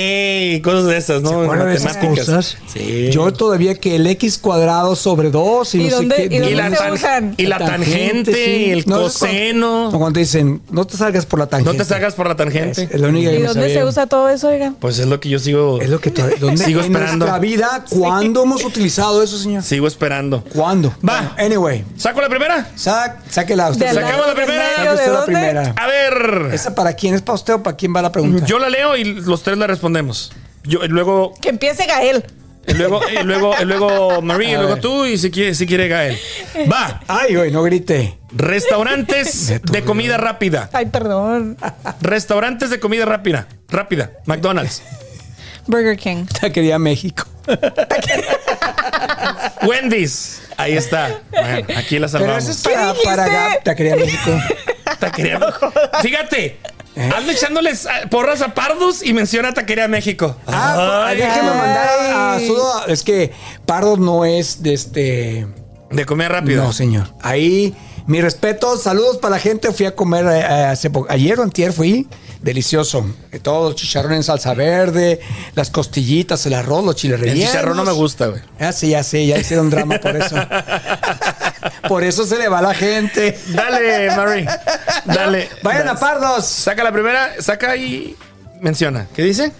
Speaker 3: y cosas de esas, ¿no?
Speaker 5: Bueno, de esas cosas.
Speaker 3: Sí.
Speaker 5: Yo todavía que el x cuadrado sobre 2 y,
Speaker 4: ¿Y
Speaker 5: no
Speaker 4: dónde-
Speaker 5: sé qué.
Speaker 4: y
Speaker 3: y la,
Speaker 4: dónde se
Speaker 3: tan-
Speaker 4: usan?
Speaker 3: y la tangente,
Speaker 5: sí.
Speaker 3: y el
Speaker 5: No, eso es cuando-
Speaker 3: coseno.
Speaker 5: o cuando dicen, no te salgas por la
Speaker 3: No
Speaker 5: tangente.
Speaker 3: te salgas por la
Speaker 5: Es,
Speaker 3: tangente.
Speaker 5: es la única que
Speaker 4: ¿Y
Speaker 5: me
Speaker 4: dónde
Speaker 5: sabía
Speaker 4: se
Speaker 5: yo.
Speaker 4: usa todo eso, oigan?
Speaker 3: Pues es lo que yo sigo.
Speaker 5: Es lo que todavía- ¿dónde-
Speaker 3: *laughs* Sigo
Speaker 5: en
Speaker 3: esperando.
Speaker 5: nuestra vida, ¿cuándo hemos utilizado eso, señor?
Speaker 3: Sigo esperando.
Speaker 5: ¿Cuándo?
Speaker 3: Va.
Speaker 5: Bueno, anyway,
Speaker 3: ¿Saco la primera?
Speaker 5: sa- sáquela. Usted,
Speaker 4: Del
Speaker 5: saque-
Speaker 3: Sacamos la
Speaker 4: lado, del
Speaker 3: primera.
Speaker 4: medio,
Speaker 5: saque usted
Speaker 4: ¿de
Speaker 5: la
Speaker 4: dónde?
Speaker 5: primera.
Speaker 3: A ver.
Speaker 5: ¿Esa para quién? ¿Es para usted o para quién va la pregunta?
Speaker 3: Yo la leo y los tres la respondemos. Yo, y luego
Speaker 4: Que empiece Gael.
Speaker 3: Y luego, y luego, y luego Marie, y
Speaker 5: A
Speaker 3: luego
Speaker 5: ver.
Speaker 3: tú, y si quiere, si quiere Gael. Va,
Speaker 5: Ay, güey, no *laughs* grité. *laughs*
Speaker 3: restaurantes
Speaker 5: Ve tú,
Speaker 3: de comida rápida.
Speaker 4: Ay,
Speaker 5: *laughs*
Speaker 4: perdón.
Speaker 3: Restaurantes de comida rápida. Rápida. McDonald's.
Speaker 4: Burger King.
Speaker 5: Te quería México.
Speaker 3: Wendy's. Ahí está. Bueno, aquí la
Speaker 5: Pero
Speaker 3: salvamos.
Speaker 5: esa es para,
Speaker 4: dijiste?
Speaker 5: para Gab. Te quería México. *laughs*
Speaker 3: Taquería- Fíjate.
Speaker 5: ¿Eh?
Speaker 3: Ando echándoles ah, porras a pardos y menciona Taquería México.
Speaker 5: Ah,
Speaker 3: Ay,
Speaker 5: déjeme mandar a, a
Speaker 4: Ay.
Speaker 5: Sudo. Es que Pardo no es de este.
Speaker 3: de comida rápida.
Speaker 5: No, señor. Ahí Mi respeto, saludos para la gente. Fui a comer eh, hace po- ayer o antier fui. Delicioso. Eh, Todo chicharrón en salsa verde, las costillitas, el arroz, los chiles
Speaker 3: El
Speaker 5: rellenos.
Speaker 3: chicharrón no me gusta, güey.
Speaker 5: Ya sé, ya sé, ya hicieron drama por
Speaker 3: *laughs*
Speaker 5: eso. por eso se le va a la gente.
Speaker 3: Este, Dale, Mary. Dale.
Speaker 5: Vayan a pardos.
Speaker 3: Saca la primera, saca y menciona. ¿Qué dice?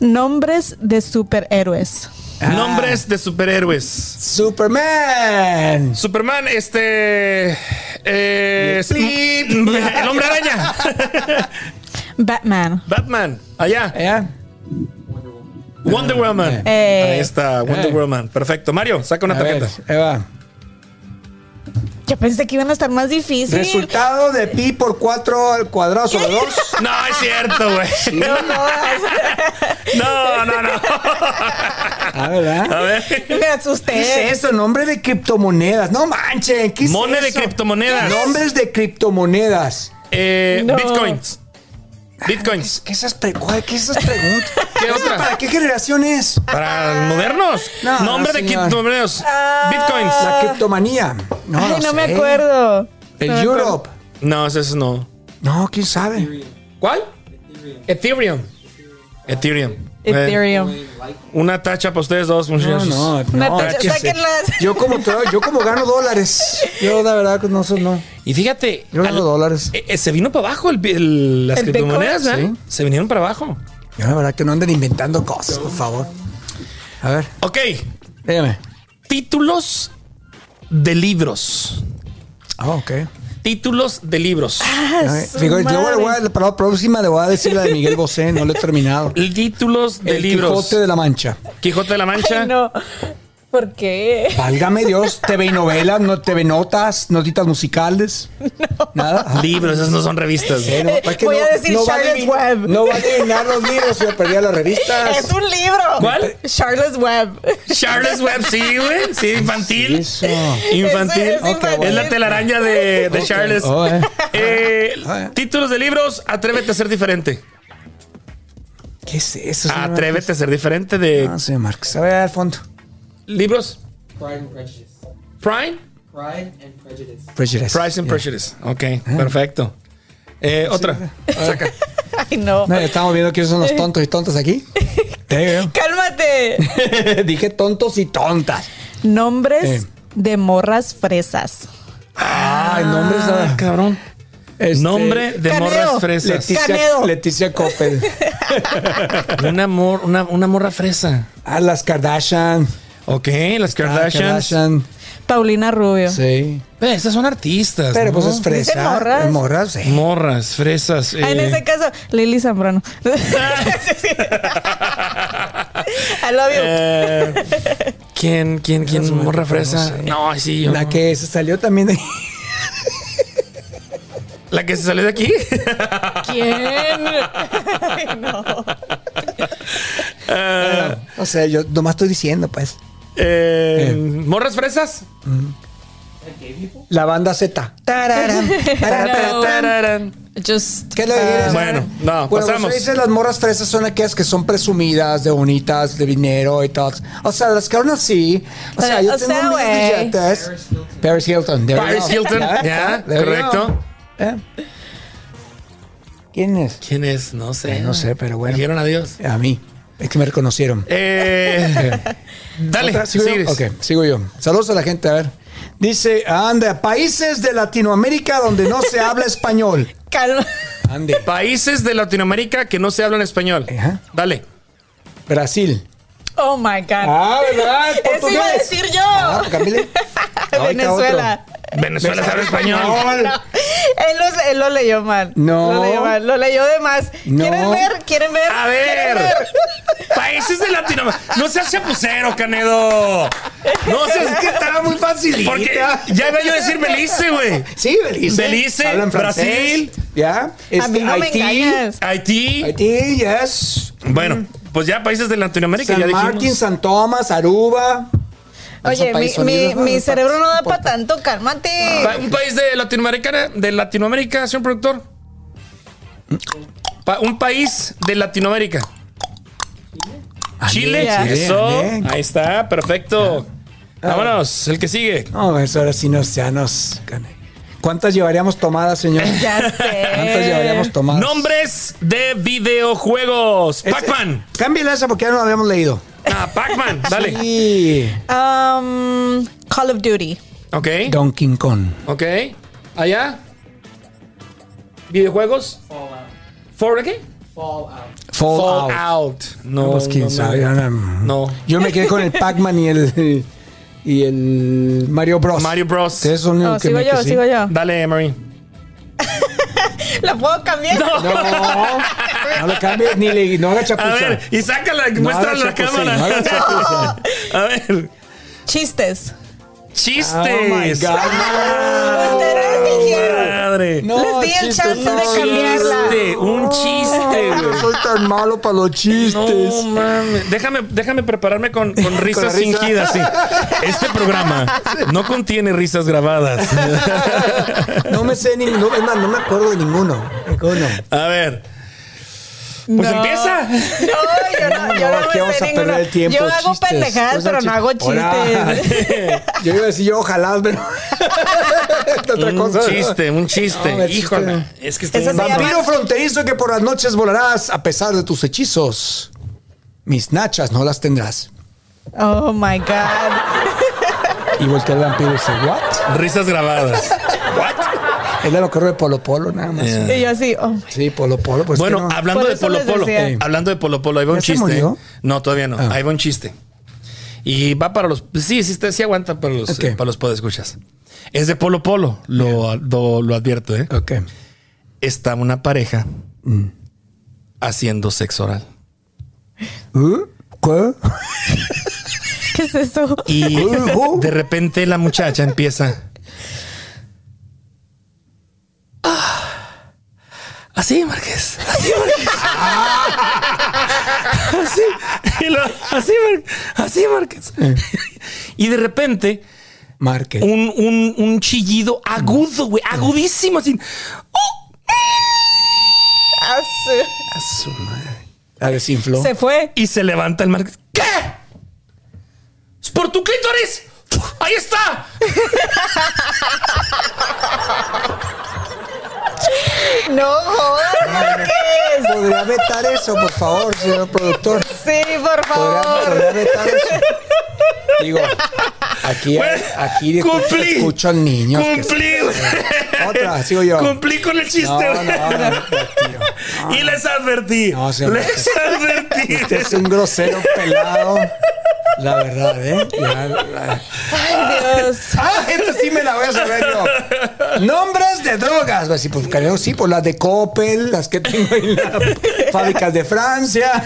Speaker 4: Nombres de superhéroes.
Speaker 5: Ah.
Speaker 3: Nombres de superhéroes.
Speaker 5: Superman.
Speaker 3: Superman, este. eh,
Speaker 5: *laughs*
Speaker 3: el hombre araña.
Speaker 4: Batman.
Speaker 3: Batman, allá.
Speaker 5: ¿Ya?
Speaker 3: Wonder Woman.
Speaker 4: Eh.
Speaker 3: Ahí está, Wonder
Speaker 5: Eh.
Speaker 3: Woman. Perfecto. Mario, saca una
Speaker 5: A ver,
Speaker 3: tarjeta.
Speaker 5: ahí va.
Speaker 4: Yo pensé que iban a estar más difícil.
Speaker 5: Resultado de pi por 4 al cuadrado sobre 2.
Speaker 3: No, es cierto, güey.
Speaker 4: No, no,
Speaker 3: No, no, no.
Speaker 5: *laughs* Ah, ¿verdad? Eh.
Speaker 3: A ver.
Speaker 4: me asusté.
Speaker 5: ¿Qué es eso? Nombre de criptomonedas. No manchen. ¿qué es
Speaker 3: Mone de
Speaker 5: eso?
Speaker 3: criptomonedas.
Speaker 5: Nombres de criptomonedas.
Speaker 3: Eh,
Speaker 4: No.
Speaker 3: Bitcoins. Bitcoins.
Speaker 5: ¿Qué esas, pre- cuál- *laughs* qué esas preguntas?
Speaker 3: ¿Qué
Speaker 5: ¿Eso
Speaker 3: otra?
Speaker 5: ¿Para qué generación es?
Speaker 3: Para modernos.
Speaker 5: Ah. No,
Speaker 3: Nombre de
Speaker 5: señor.
Speaker 3: criptomonedas. Bitcoins.
Speaker 5: La criptomanía. Ah. No,
Speaker 4: Ay,
Speaker 5: lo
Speaker 4: no me
Speaker 5: sé.
Speaker 4: acuerdo.
Speaker 5: El
Speaker 4: No me acuerdo.
Speaker 5: Europe.
Speaker 3: No, ese es no.
Speaker 5: No, quién sabe.
Speaker 3: ¿Cuál? Ethereum. Ethereum.
Speaker 5: Ah.
Speaker 3: Eh,
Speaker 4: Ethereum.
Speaker 3: una tacha para ustedes dos,
Speaker 5: No,
Speaker 3: muchachos.
Speaker 5: no,
Speaker 4: Una
Speaker 5: no.
Speaker 4: tacha,
Speaker 5: es que sé.
Speaker 4: sáquenlas.
Speaker 5: Yo como, tra- yo como gano dólares. Yo la verdad que no sé, no.
Speaker 3: Y fíjate,
Speaker 5: Yo gano
Speaker 3: al-
Speaker 5: dólares.
Speaker 3: eh, eh, se vino para abajo el, bi- el- las
Speaker 4: ¿El
Speaker 3: criptomonedas, ¿verdad?
Speaker 5: Sí.
Speaker 3: Se vinieron para abajo.
Speaker 5: Yo la verdad que no anden inventando cosas, por favor. A ver,
Speaker 3: Ok.
Speaker 5: dígame.
Speaker 3: Títulos de libros.
Speaker 5: Ah, ok.
Speaker 3: Títulos de libros.
Speaker 4: Ah, su
Speaker 5: Digo, yo
Speaker 4: madre.
Speaker 5: le voy a, para la próxima le voy a decir la de Miguel Bosé, no lo he terminado.
Speaker 3: Títulos *laughs* de
Speaker 5: el
Speaker 3: libros.
Speaker 5: Quijote de la Mancha.
Speaker 3: Quijote de la Mancha.
Speaker 4: *laughs* Ay, no. ¿Por qué?
Speaker 5: Válgame Dios, TV y novelas, no, TV notas,
Speaker 4: *laughs*
Speaker 5: notitas musicales. Nada. Ah,
Speaker 3: Libros, esas no son revistas.
Speaker 5: eh, no, es que
Speaker 4: Voy
Speaker 5: no-
Speaker 4: a decir
Speaker 5: no va
Speaker 4: Charlotte's Web.
Speaker 5: adivinar- No va a adivinar los libros, yo perdí a las revistas.
Speaker 4: Es un libro.
Speaker 3: ¿Cuál?
Speaker 4: Charlotte's Web.
Speaker 3: Charles Webb, sí, güey. Sí, infantil.
Speaker 5: Eso.
Speaker 3: Infantil.
Speaker 4: Eso es
Speaker 5: Ok, infantil.
Speaker 3: Es la telaraña de, de Charles.
Speaker 5: Oh, eh.
Speaker 3: Eh,
Speaker 5: *laughs* Ah, eh.
Speaker 3: títulos de libros, Atrévete a ser diferente.
Speaker 5: ¿Qué es eso? señor?
Speaker 3: Atrévete a ser diferente de
Speaker 5: No sé, Marcos. A ver, al fondo.
Speaker 3: libros.
Speaker 6: Pride and Prejudice.
Speaker 3: Prime,
Speaker 6: Pride and Prejudice.
Speaker 5: Prejudice.
Speaker 3: Price and Prejudice. Ok, perfecto. Eh, otra. Saca.
Speaker 4: *laughs* Ay, no.
Speaker 5: No, ya estamos viendo quiénes son los tontos y tontas
Speaker 4: *laughs*
Speaker 5: aquí. Te
Speaker 4: Cálmate.
Speaker 5: veo. Dije tontos y tontas.
Speaker 4: Nombres
Speaker 5: Eh.
Speaker 4: de morras fresas.
Speaker 5: Ay, nombres. ah,
Speaker 3: Cabrón.
Speaker 5: este,
Speaker 3: Nombre de
Speaker 4: Caneo.
Speaker 3: morras fresas.
Speaker 5: Leticia,
Speaker 4: Canedo.
Speaker 5: Leticia Coppel.
Speaker 3: Una, mor- una, una morra fresa.
Speaker 5: *laughs* Ah, las Kardashian.
Speaker 3: Ok, las
Speaker 5: Ah,
Speaker 3: Kardashians.
Speaker 5: Kardashian.
Speaker 4: Paulina Rubio.
Speaker 5: Sí.
Speaker 3: Eh, estas son artistas.
Speaker 5: Pero pues
Speaker 3: ¿no?
Speaker 5: es fresa.
Speaker 4: Dicen morras.
Speaker 5: Es morras, sí.
Speaker 3: Morras, fresas.
Speaker 4: Ah, en
Speaker 3: eh. *laughs*
Speaker 4: ese caso, Lili Zambrano. *laughs* I love you.
Speaker 3: Eh, ¿Quién, quién, quién? morra fresa. No, sí, yo.
Speaker 5: La que se salió también de.
Speaker 3: ¿La que se salió de
Speaker 5: *laughs*
Speaker 3: aquí.
Speaker 4: ¿Quién? Ay, no.
Speaker 3: Eh,
Speaker 5: *laughs* O sea, yo nomás estoy diciendo, pues.
Speaker 3: eh, ¿Morras fresas?
Speaker 5: La banda Z.
Speaker 4: *laughs*
Speaker 5: Tararán, tararán, tararán.
Speaker 4: Just.
Speaker 5: ¿Qué es lo que quieres?
Speaker 3: Ah, Bueno, no,
Speaker 5: Bueno,
Speaker 3: pasamos.
Speaker 5: pues, dice, las morras fresas son aquellas que son presumidas, de bonitas, de dinero y todo. O sea, las que aún así. O sea, yo
Speaker 4: O
Speaker 5: tengo
Speaker 4: sea,
Speaker 5: mis
Speaker 4: güey.
Speaker 5: billetes. Paris Hilton. there we
Speaker 3: Paris
Speaker 5: go.
Speaker 3: Hilton,
Speaker 5: Ya,
Speaker 3: ya,
Speaker 5: there we go.
Speaker 3: correcto.
Speaker 5: ¿Eh? ¿Quién es?
Speaker 3: ¿Quién es? No sé.
Speaker 5: Eh, No sé, pero bueno.
Speaker 3: Dijeron adiós.
Speaker 5: A mí. Es que me reconocieron. *laughs*
Speaker 3: Eh, dale,
Speaker 5: ¿Otra? ¿Sigo
Speaker 3: sigues.
Speaker 5: yo? Ok, sigo yo. Saludos a la gente, a ver. Dice, anda, países de Latinoamérica donde no se habla
Speaker 3: *laughs*
Speaker 5: español.
Speaker 4: Calma.
Speaker 5: Ande.
Speaker 3: Países de Latinoamérica que no se hablan español.
Speaker 5: Ajá.
Speaker 3: Dale.
Speaker 5: Brasil.
Speaker 4: Oh my God.
Speaker 5: Ah, ¿verdad?
Speaker 4: Eso iba a decir yo.
Speaker 5: Ah,
Speaker 4: *laughs*
Speaker 5: Camila. Ahorita otro.
Speaker 4: Venezuela.
Speaker 3: Venezuela se habla español.
Speaker 5: Español.
Speaker 4: *laughs* Él lo, él lo leyó mal.
Speaker 5: No.
Speaker 4: Lo leyó mal. Lo leyó de más.
Speaker 5: No.
Speaker 4: ¿Quieren ver? ¿Quieren ver?
Speaker 3: A ver.
Speaker 4: ¿Quieren ver?
Speaker 3: Países de Latinoamérica. No seas chapucero, Canedo. No seas.
Speaker 5: Es que estaba muy facilita.
Speaker 3: Porque ya iba yo a decir Belice, güey.
Speaker 5: Sí, Belice.
Speaker 3: Belice,
Speaker 5: Hablan francés.
Speaker 3: Brasil.
Speaker 5: Ya.
Speaker 4: A mí no
Speaker 5: Este, Haití.
Speaker 4: me engañas.
Speaker 3: Haití.
Speaker 5: Haití, yes. Mm.
Speaker 3: Bueno, pues ya países de Latinoamérica ya
Speaker 5: San
Speaker 3: dijimos.
Speaker 5: Martín, San Tomás, Aruba.
Speaker 4: Oye,
Speaker 5: Son
Speaker 4: mi,
Speaker 5: países
Speaker 4: mi,
Speaker 5: unidos,
Speaker 4: mi
Speaker 5: ¿no?
Speaker 4: cerebro no da
Speaker 5: Importa. Ah.
Speaker 4: para tanto. Cálmate.
Speaker 3: Pa- un país de Latinoamérica, de Latinoamérica, señor productor. Pa- un país de Latinoamérica. Chile.
Speaker 4: Ya.
Speaker 5: Chile,
Speaker 3: Eso.
Speaker 5: Ah, bien.
Speaker 3: Ahí está, perfecto. Vámonos, el que sigue.
Speaker 5: No, eso ahora sí nos, ya nos. gané. ¿Cuántas llevaríamos tomadas, señor?
Speaker 4: *laughs* *laughs* Ya sé.
Speaker 5: ¿Cuántas llevaríamos tomadas?
Speaker 3: Nombres de videojuegos.
Speaker 5: Es-
Speaker 3: Pac-Man.
Speaker 5: Cámbiala esa porque ya no la habíamos leído.
Speaker 3: Ah,
Speaker 5: *laughs*
Speaker 3: Pac-Man. Dale.
Speaker 5: Sí.
Speaker 4: Um, Call of Duty.
Speaker 3: Ok.
Speaker 5: Donkey Kong.
Speaker 3: Ok. Allá. Videojuegos.
Speaker 6: Fallout.
Speaker 3: ¿For qué?
Speaker 6: Fallout.
Speaker 5: Fallout.
Speaker 3: No,
Speaker 5: pues quién
Speaker 3: no, no.
Speaker 5: sabe. ya No,
Speaker 3: No.
Speaker 5: Yo me quedé con el Pac-Man y el, y el Mario Bros.
Speaker 3: Mario Bros.
Speaker 5: Que es lo único
Speaker 4: No, Oh,
Speaker 5: que
Speaker 4: sigo
Speaker 5: me
Speaker 4: yo,
Speaker 5: quedé.
Speaker 4: sigo yo.
Speaker 3: Dale, Emery.
Speaker 4: ¿La puedo cambiar?
Speaker 5: No, no le cambies ni le no haga
Speaker 3: A
Speaker 5: chapuza.
Speaker 3: ver, este y sácala,
Speaker 5: No
Speaker 3: muestra
Speaker 5: hagas
Speaker 3: la
Speaker 5: chapuza,
Speaker 3: cámara.
Speaker 5: no hagas chapuza.
Speaker 3: *laughs* A ver,
Speaker 4: Chistes.
Speaker 3: chistes.
Speaker 5: Oh my God.
Speaker 4: Ustedes dijeron.
Speaker 3: Madre.
Speaker 5: No,
Speaker 4: Les di el
Speaker 5: chistes,
Speaker 4: chance
Speaker 5: no,
Speaker 4: de
Speaker 5: no,
Speaker 4: cambiarla. Oh.
Speaker 3: Chiste, un chiste.
Speaker 5: no,
Speaker 3: güey.
Speaker 5: Soy tan malo para los chistes.
Speaker 3: No mames. Déjame, déjame prepararme con, con risas
Speaker 5: la risa.
Speaker 3: fingidas. sí. Este programa no contiene risas
Speaker 5: *laughs*
Speaker 3: grabadas.
Speaker 5: No me sé ni no, es más, no me acuerdo de ninguno. Ninguno.
Speaker 3: A ver. Pues empieza.
Speaker 4: No, yo no, yo no,
Speaker 5: aquí
Speaker 4: me
Speaker 5: vamos
Speaker 4: sé
Speaker 5: a perder
Speaker 4: ninguno.
Speaker 5: el tiempo.
Speaker 4: Yo hago
Speaker 5: chistes.
Speaker 4: pendejadas,
Speaker 5: Pues no,
Speaker 4: pero no hago chistes.
Speaker 5: Hola. Yo iba a decir yo ojalá, pero *laughs* Esta otra
Speaker 3: Un
Speaker 5: cosa.
Speaker 3: chiste, un chiste.
Speaker 5: No, el chiste
Speaker 3: Híjole.
Speaker 5: no.
Speaker 3: Es que estoy
Speaker 4: Eso
Speaker 3: en-
Speaker 4: se llama-
Speaker 5: Vampiro fronterizo que por las noches volarás a pesar de tus hechizos. Mis nachas no las tendrás.
Speaker 4: *laughs* Oh my God.
Speaker 5: Y voltea el vampiro y dice, ¿what?
Speaker 3: risas grabadas.
Speaker 5: Él era lo que de Polo Polo, nada más.
Speaker 3: Yeah.
Speaker 4: Y yo así, oh my
Speaker 5: Sí, Polo Polo. Pues
Speaker 3: bueno,
Speaker 5: que no.
Speaker 3: hablando
Speaker 4: Por
Speaker 3: de
Speaker 4: eso
Speaker 3: Polo
Speaker 4: les
Speaker 3: Polo,
Speaker 4: decía.
Speaker 5: Sí.
Speaker 3: hablando de Polo Polo, ahí va
Speaker 5: ¿Ya
Speaker 3: un
Speaker 5: se
Speaker 3: chiste. ¿eh?
Speaker 5: murió?
Speaker 3: No, todavía no.
Speaker 5: Ah.
Speaker 3: Ahí va un chiste. Y va para los. Sí, sí, está- sí aguanta para los,
Speaker 5: Ok.
Speaker 3: eh, para los podescuchas. Es de Polo Polo, lo, lo, lo advierto, ¿eh?
Speaker 5: Ok. Mm.
Speaker 3: Está una pareja haciendo sexo oral.
Speaker 5: ¿Eh? ¿Qué?
Speaker 4: ¿Qué es eso?
Speaker 3: Y
Speaker 5: *laughs* Ujú.
Speaker 3: de repente la muchacha empieza. "Ah, Así, Márquez. Así,
Speaker 5: Ah.
Speaker 3: Márquez. Así. Y lo- así, Márquez. Así, Márquez.
Speaker 5: Eh.
Speaker 3: Y de repente,
Speaker 5: Marque.
Speaker 3: un, un- un chillido agudo, güey. Agudísimo, así. "Oh,
Speaker 4: Ah, su-
Speaker 3: a su madre".
Speaker 5: La desinfló.
Speaker 4: Se fue.
Speaker 3: Y se levanta el Márquez. ¿Qué? ¡Es por tu clítoris! ¡Ahí está!
Speaker 4: No jodas, *laughs* Márquez.
Speaker 5: ¿Podría vetar eso, por favor, señor productor?
Speaker 4: Sí, por
Speaker 5: ¿Podría,
Speaker 4: favor.
Speaker 5: podría vetar eso? Digo, aquí,
Speaker 3: Bueno,
Speaker 5: aquí escucho,
Speaker 3: cumplí.
Speaker 5: escucho niños. que-
Speaker 3: Cumplí. güey.
Speaker 5: Otra, sigo yo.
Speaker 3: Cumplí con el chiste.
Speaker 5: No, no,
Speaker 3: güey.
Speaker 5: no, no, tío.
Speaker 3: y les advertí.
Speaker 5: No, señor.
Speaker 3: les advertí.
Speaker 5: Usted es un grosero pelado. La verdad, ¿eh? Ya, la-
Speaker 4: Ay, Dios.
Speaker 5: Ah, esto sí me la voy a saber yo. Nombres de drogas. Pues sí, pues, creo, sí, pues las de Coppel, las que tengo en las fábricas de Francia.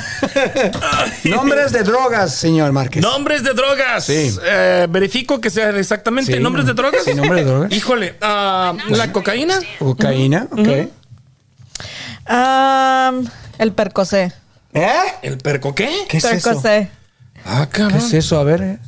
Speaker 5: Nombres de drogas, señor Márquez.
Speaker 3: Nombres de drogas.
Speaker 5: Sí.
Speaker 3: Eh, verifico que sea exactamente.
Speaker 5: Sí.
Speaker 3: ¿Nombres de drogas?
Speaker 5: Sí, nombres de drogas.
Speaker 3: Híjole. ah, ¿La cocaína?
Speaker 5: Cocaína, ok.
Speaker 4: Um, el percocé.
Speaker 5: ¿Eh?
Speaker 3: ¿El perco qué?
Speaker 5: ¿Qué es eso?
Speaker 4: percocé.
Speaker 3: Ah,
Speaker 5: ¿Qué
Speaker 3: cabrón.
Speaker 5: es eso? A ver. ¿eh?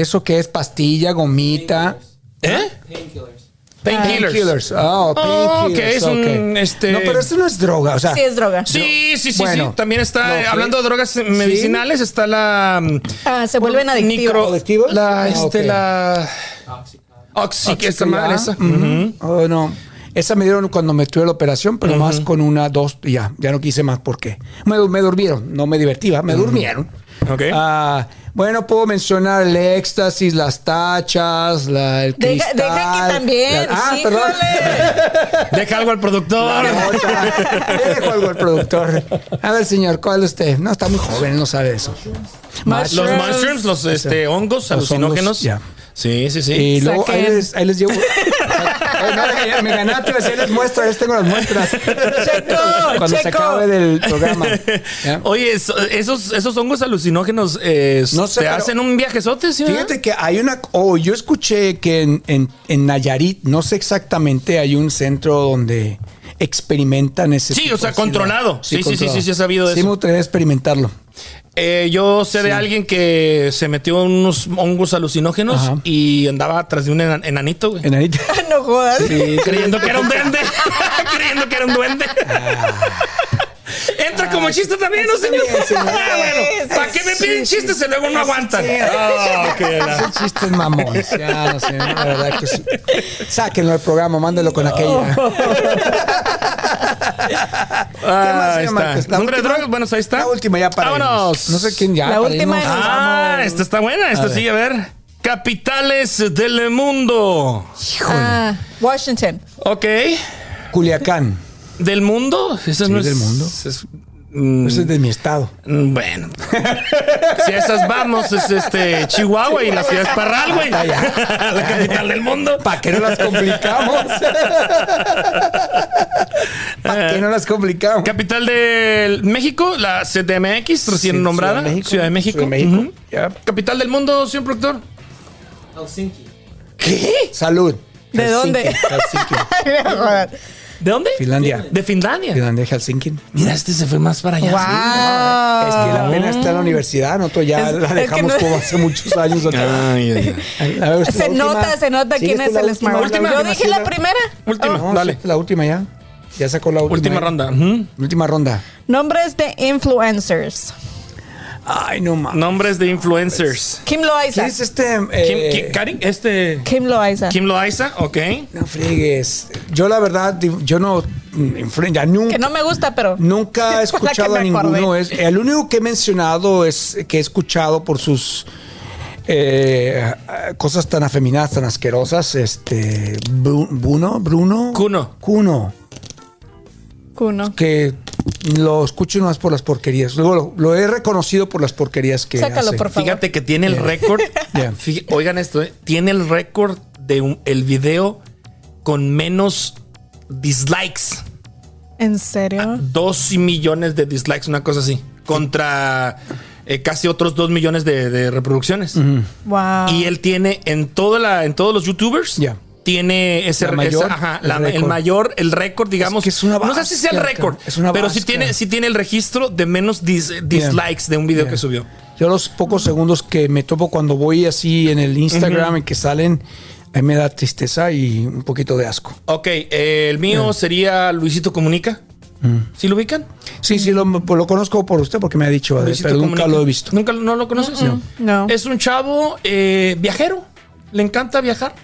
Speaker 5: ¿Eso qué es? ¿Pastilla, gomita?
Speaker 3: ¿Eh?
Speaker 6: Painkillers.
Speaker 3: Painkillers.
Speaker 5: ¿Ah? Painkillers. Ah,
Speaker 3: Oh,
Speaker 5: painkillers.
Speaker 3: que es un,
Speaker 5: ok.
Speaker 3: este-
Speaker 5: No, pero eso no es droga, o sea.
Speaker 4: Sí, es droga.
Speaker 3: Sí, sí, sí,
Speaker 5: Bueno.
Speaker 3: sí. También está,
Speaker 5: No,
Speaker 3: eh,
Speaker 5: ¿qué?
Speaker 3: hablando de drogas medicinales, está la... mm,
Speaker 4: Ah, se vuelven adictivos.
Speaker 3: Micro,
Speaker 5: ¿Adictivos?
Speaker 3: la,
Speaker 5: Ah,
Speaker 3: este,
Speaker 5: ok.
Speaker 3: la...
Speaker 6: Oxycontin.
Speaker 3: Oxy, que esta
Speaker 5: Oxycontin,
Speaker 3: madre,
Speaker 5: ya.
Speaker 3: esa.
Speaker 5: Ujú. Ah, Oh, no. Esa me dieron cuando me tuve la operación, pero más con una, dos, y ya, ya no quise más porque me, du- me durmieron, no me divertí, ¿va? me durmieron.
Speaker 3: Ok.
Speaker 5: Ah, bueno, puedo mencionar el éxtasis, las tachas, la, el
Speaker 4: Deja,
Speaker 5: cristal.
Speaker 4: deja que también.
Speaker 5: la- ah,
Speaker 4: híjole.
Speaker 5: perdón. *laughs*
Speaker 3: Deja algo al productor.
Speaker 5: Otra. Le dejo algo al productor. A ver, señor, ¿cuál es usted? No, está muy joven, no sabe eso.
Speaker 3: Los
Speaker 4: Shrooms.
Speaker 3: mushrooms, los este, hongos
Speaker 5: Los hongos,
Speaker 3: alucinógenos.
Speaker 5: ya.
Speaker 3: Sí, sí, sí. *laughs*
Speaker 5: Y luego ahí
Speaker 4: Saquen.
Speaker 5: les, ahí les llevo. Ay, no, ya me ganaste, les- ahí les muestro, ahí les tengo las muestras. Cuando se
Speaker 4: checo.
Speaker 5: acabe del
Speaker 3: *laughs*
Speaker 5: programa. ¿ya?
Speaker 3: Oye, eso- esos, esos hongos alucinógenos eh,
Speaker 5: No sé,
Speaker 3: te
Speaker 5: pero-
Speaker 3: hacen un viajezote, ¿sí? verdad?
Speaker 5: Fíjate que hay una, o yo escuché que en, en- en Nayarit, no sé exactamente, hay un centro donde experimentan ese
Speaker 3: Sí,
Speaker 5: tipo
Speaker 3: o sea,
Speaker 5: así de-
Speaker 3: controlado. Sí, sí, sí, sí, sí, he sabido de
Speaker 5: Sí,
Speaker 3: eso.
Speaker 5: me gustaría experimentarlo.
Speaker 3: Eh, yo sé de alguien que se metió unos hongos alucinógenos
Speaker 5: Ajá.
Speaker 3: y andaba atrás de un enan- enanito, güey.
Speaker 5: En
Speaker 3: *laughs*
Speaker 5: Nayarit.
Speaker 4: *laughs* no jodas.
Speaker 5: Sí. Ah.
Speaker 3: Creyendo que era un duende. Creyendo que era un duende. Entra como fue chiste también, ¿no, señor?
Speaker 5: también, señor.
Speaker 3: Ah, bueno, ¿para qué me piden chistes si luego no aguantan? Ah, qué la-
Speaker 5: Ese chiste es mamón. Ya, no sé, la verdad que sí. Sáquenlo del programa, mándelo con aquella.
Speaker 3: Ah, ahí
Speaker 5: señor Márquez?
Speaker 3: está.
Speaker 5: ¿La
Speaker 3: ¿Nombre de
Speaker 5: última?
Speaker 3: drogas? Bueno, ahí está.
Speaker 5: La última ya para. irnos.
Speaker 3: Vámonos.
Speaker 5: No sé quién ya.
Speaker 4: La
Speaker 5: para
Speaker 4: última
Speaker 5: irnos.
Speaker 4: de-
Speaker 3: Ah,
Speaker 4: Vamos.
Speaker 3: esta está buena, esta
Speaker 5: A
Speaker 3: sí, a ver. Capitales del mundo.
Speaker 4: Ah, Washington. *laughs*
Speaker 3: Ok.
Speaker 5: Ah, Culiacán.
Speaker 3: ¿Del mundo? Esas
Speaker 5: Sí,
Speaker 3: no es
Speaker 5: del mundo.
Speaker 3: es- mm,
Speaker 5: Ese es de mi estado.
Speaker 3: mm, bueno. *laughs* si a esas vamos, es este Chihuahua y la ciudad es Parral, güey.
Speaker 5: Ah,
Speaker 3: *laughs* la capital del mundo.
Speaker 5: ¿Para qué no
Speaker 3: *laughs*
Speaker 5: las complicamos? ¿Para qué no las complicamos?
Speaker 3: Capital de México, la CDMX, recién
Speaker 5: Sí,
Speaker 3: nombrada. Ciudad de México. Ujú.
Speaker 5: Ya.
Speaker 3: Capital del mundo, señor productor.
Speaker 6: Helsinki.
Speaker 5: ¿Qué? Salud.
Speaker 4: ¿De dónde? *laughs*
Speaker 5: Helsinki. eh.
Speaker 3: ¿De dónde?
Speaker 5: Finlandia.
Speaker 3: De Finlandia.
Speaker 5: Finlandia, Helsinki.
Speaker 3: Mira, este se fue más para allá. sí.
Speaker 4: wow.
Speaker 5: Es que la pena está en la universidad, nosotros ya
Speaker 4: Ah. Es- es
Speaker 5: la
Speaker 4: que
Speaker 5: dejamos
Speaker 4: no-
Speaker 5: como hace muchos años atrás.
Speaker 3: Ay, ay, ay.
Speaker 5: A ver,
Speaker 4: Se
Speaker 5: la última.
Speaker 4: nota, se nota
Speaker 5: ¿Sigues
Speaker 4: quién
Speaker 5: tú
Speaker 4: es
Speaker 5: la
Speaker 4: el
Speaker 5: última?
Speaker 4: Smart.
Speaker 3: Última.
Speaker 4: Yo dije la
Speaker 5: Última.
Speaker 4: primera.
Speaker 3: *laughs* Última,
Speaker 5: No,
Speaker 3: dale.
Speaker 5: Ah, sí, la última ya. Ya sacó la última.
Speaker 3: Última
Speaker 5: ya.
Speaker 3: ronda. ujú.
Speaker 5: Última ronda.
Speaker 4: Nombres de influencers.
Speaker 5: Ay, no mames.
Speaker 3: Nombres de influencers.
Speaker 4: Kim Loaiza.
Speaker 5: ¿Quién es este?
Speaker 3: Kim,
Speaker 5: eh,
Speaker 3: Kim- Karin, este.
Speaker 4: Kim Loaiza.
Speaker 3: Kim Loaiza, ok.
Speaker 5: No friegues. Yo la verdad, di- yo no, mm, influ- ya nunca,
Speaker 4: Que no me gusta, pero. *laughs*
Speaker 5: nunca he
Speaker 4: Fue la que
Speaker 5: escuchado a
Speaker 4: me acordé.
Speaker 5: ninguno. Es, el único que he mencionado es que he escuchado por sus eh, cosas tan afeminadas, tan asquerosas, este Bru- Bruno, Bruno,
Speaker 3: Cuno.
Speaker 5: Cuno,
Speaker 4: Cuno.
Speaker 5: que lo escucho más por las porquerías. Luego lo, lo he reconocido por las porquerías que
Speaker 4: Sácalo,
Speaker 5: hace.
Speaker 4: por favor.
Speaker 3: Fíjate que tiene el récord.
Speaker 5: Yeah.
Speaker 3: fí- Oigan esto, eh, tiene el récord de un- el video con menos dislikes.
Speaker 4: ¿En
Speaker 5: Ah.
Speaker 4: serio?
Speaker 3: Dos millones de dislikes, una cosa así. Contra eh, casi otros dos millones de, de reproducciones.
Speaker 4: Wow.
Speaker 3: Y él tiene en toda la, en todos los YouTubers.
Speaker 5: Ah. Ya.
Speaker 3: Tiene ese
Speaker 5: La
Speaker 3: esa-
Speaker 5: mayor,
Speaker 3: ajá,
Speaker 5: el
Speaker 3: la- el
Speaker 5: récord.
Speaker 3: mayor, el récord, digamos.
Speaker 5: que es una
Speaker 3: no sé si sea el
Speaker 5: vasca,
Speaker 3: récord,
Speaker 5: es una
Speaker 3: pero sí
Speaker 5: vasca.
Speaker 3: tiene, sí tiene el registro de menos dis- dislikes de un video
Speaker 5: Yeah.
Speaker 3: que subió.
Speaker 5: Yo los pocos segundos que me topo cuando voy así en el Instagram y que salen, ahí me da tristeza y un poquito de asco.
Speaker 3: Ok, eh, el mío sería Luisito Comunica.
Speaker 5: Mm.
Speaker 3: ¿Sí lo ubican?
Speaker 5: Sí, sí, lo, lo conozco por usted porque me ha dicho, de él,
Speaker 3: Luisito
Speaker 5: pero nunca
Speaker 3: Comunica.
Speaker 5: lo he visto.
Speaker 3: ¿Nunca no lo conoces?
Speaker 4: No.
Speaker 3: Es un chavo eh, viajero. Le encanta viajar.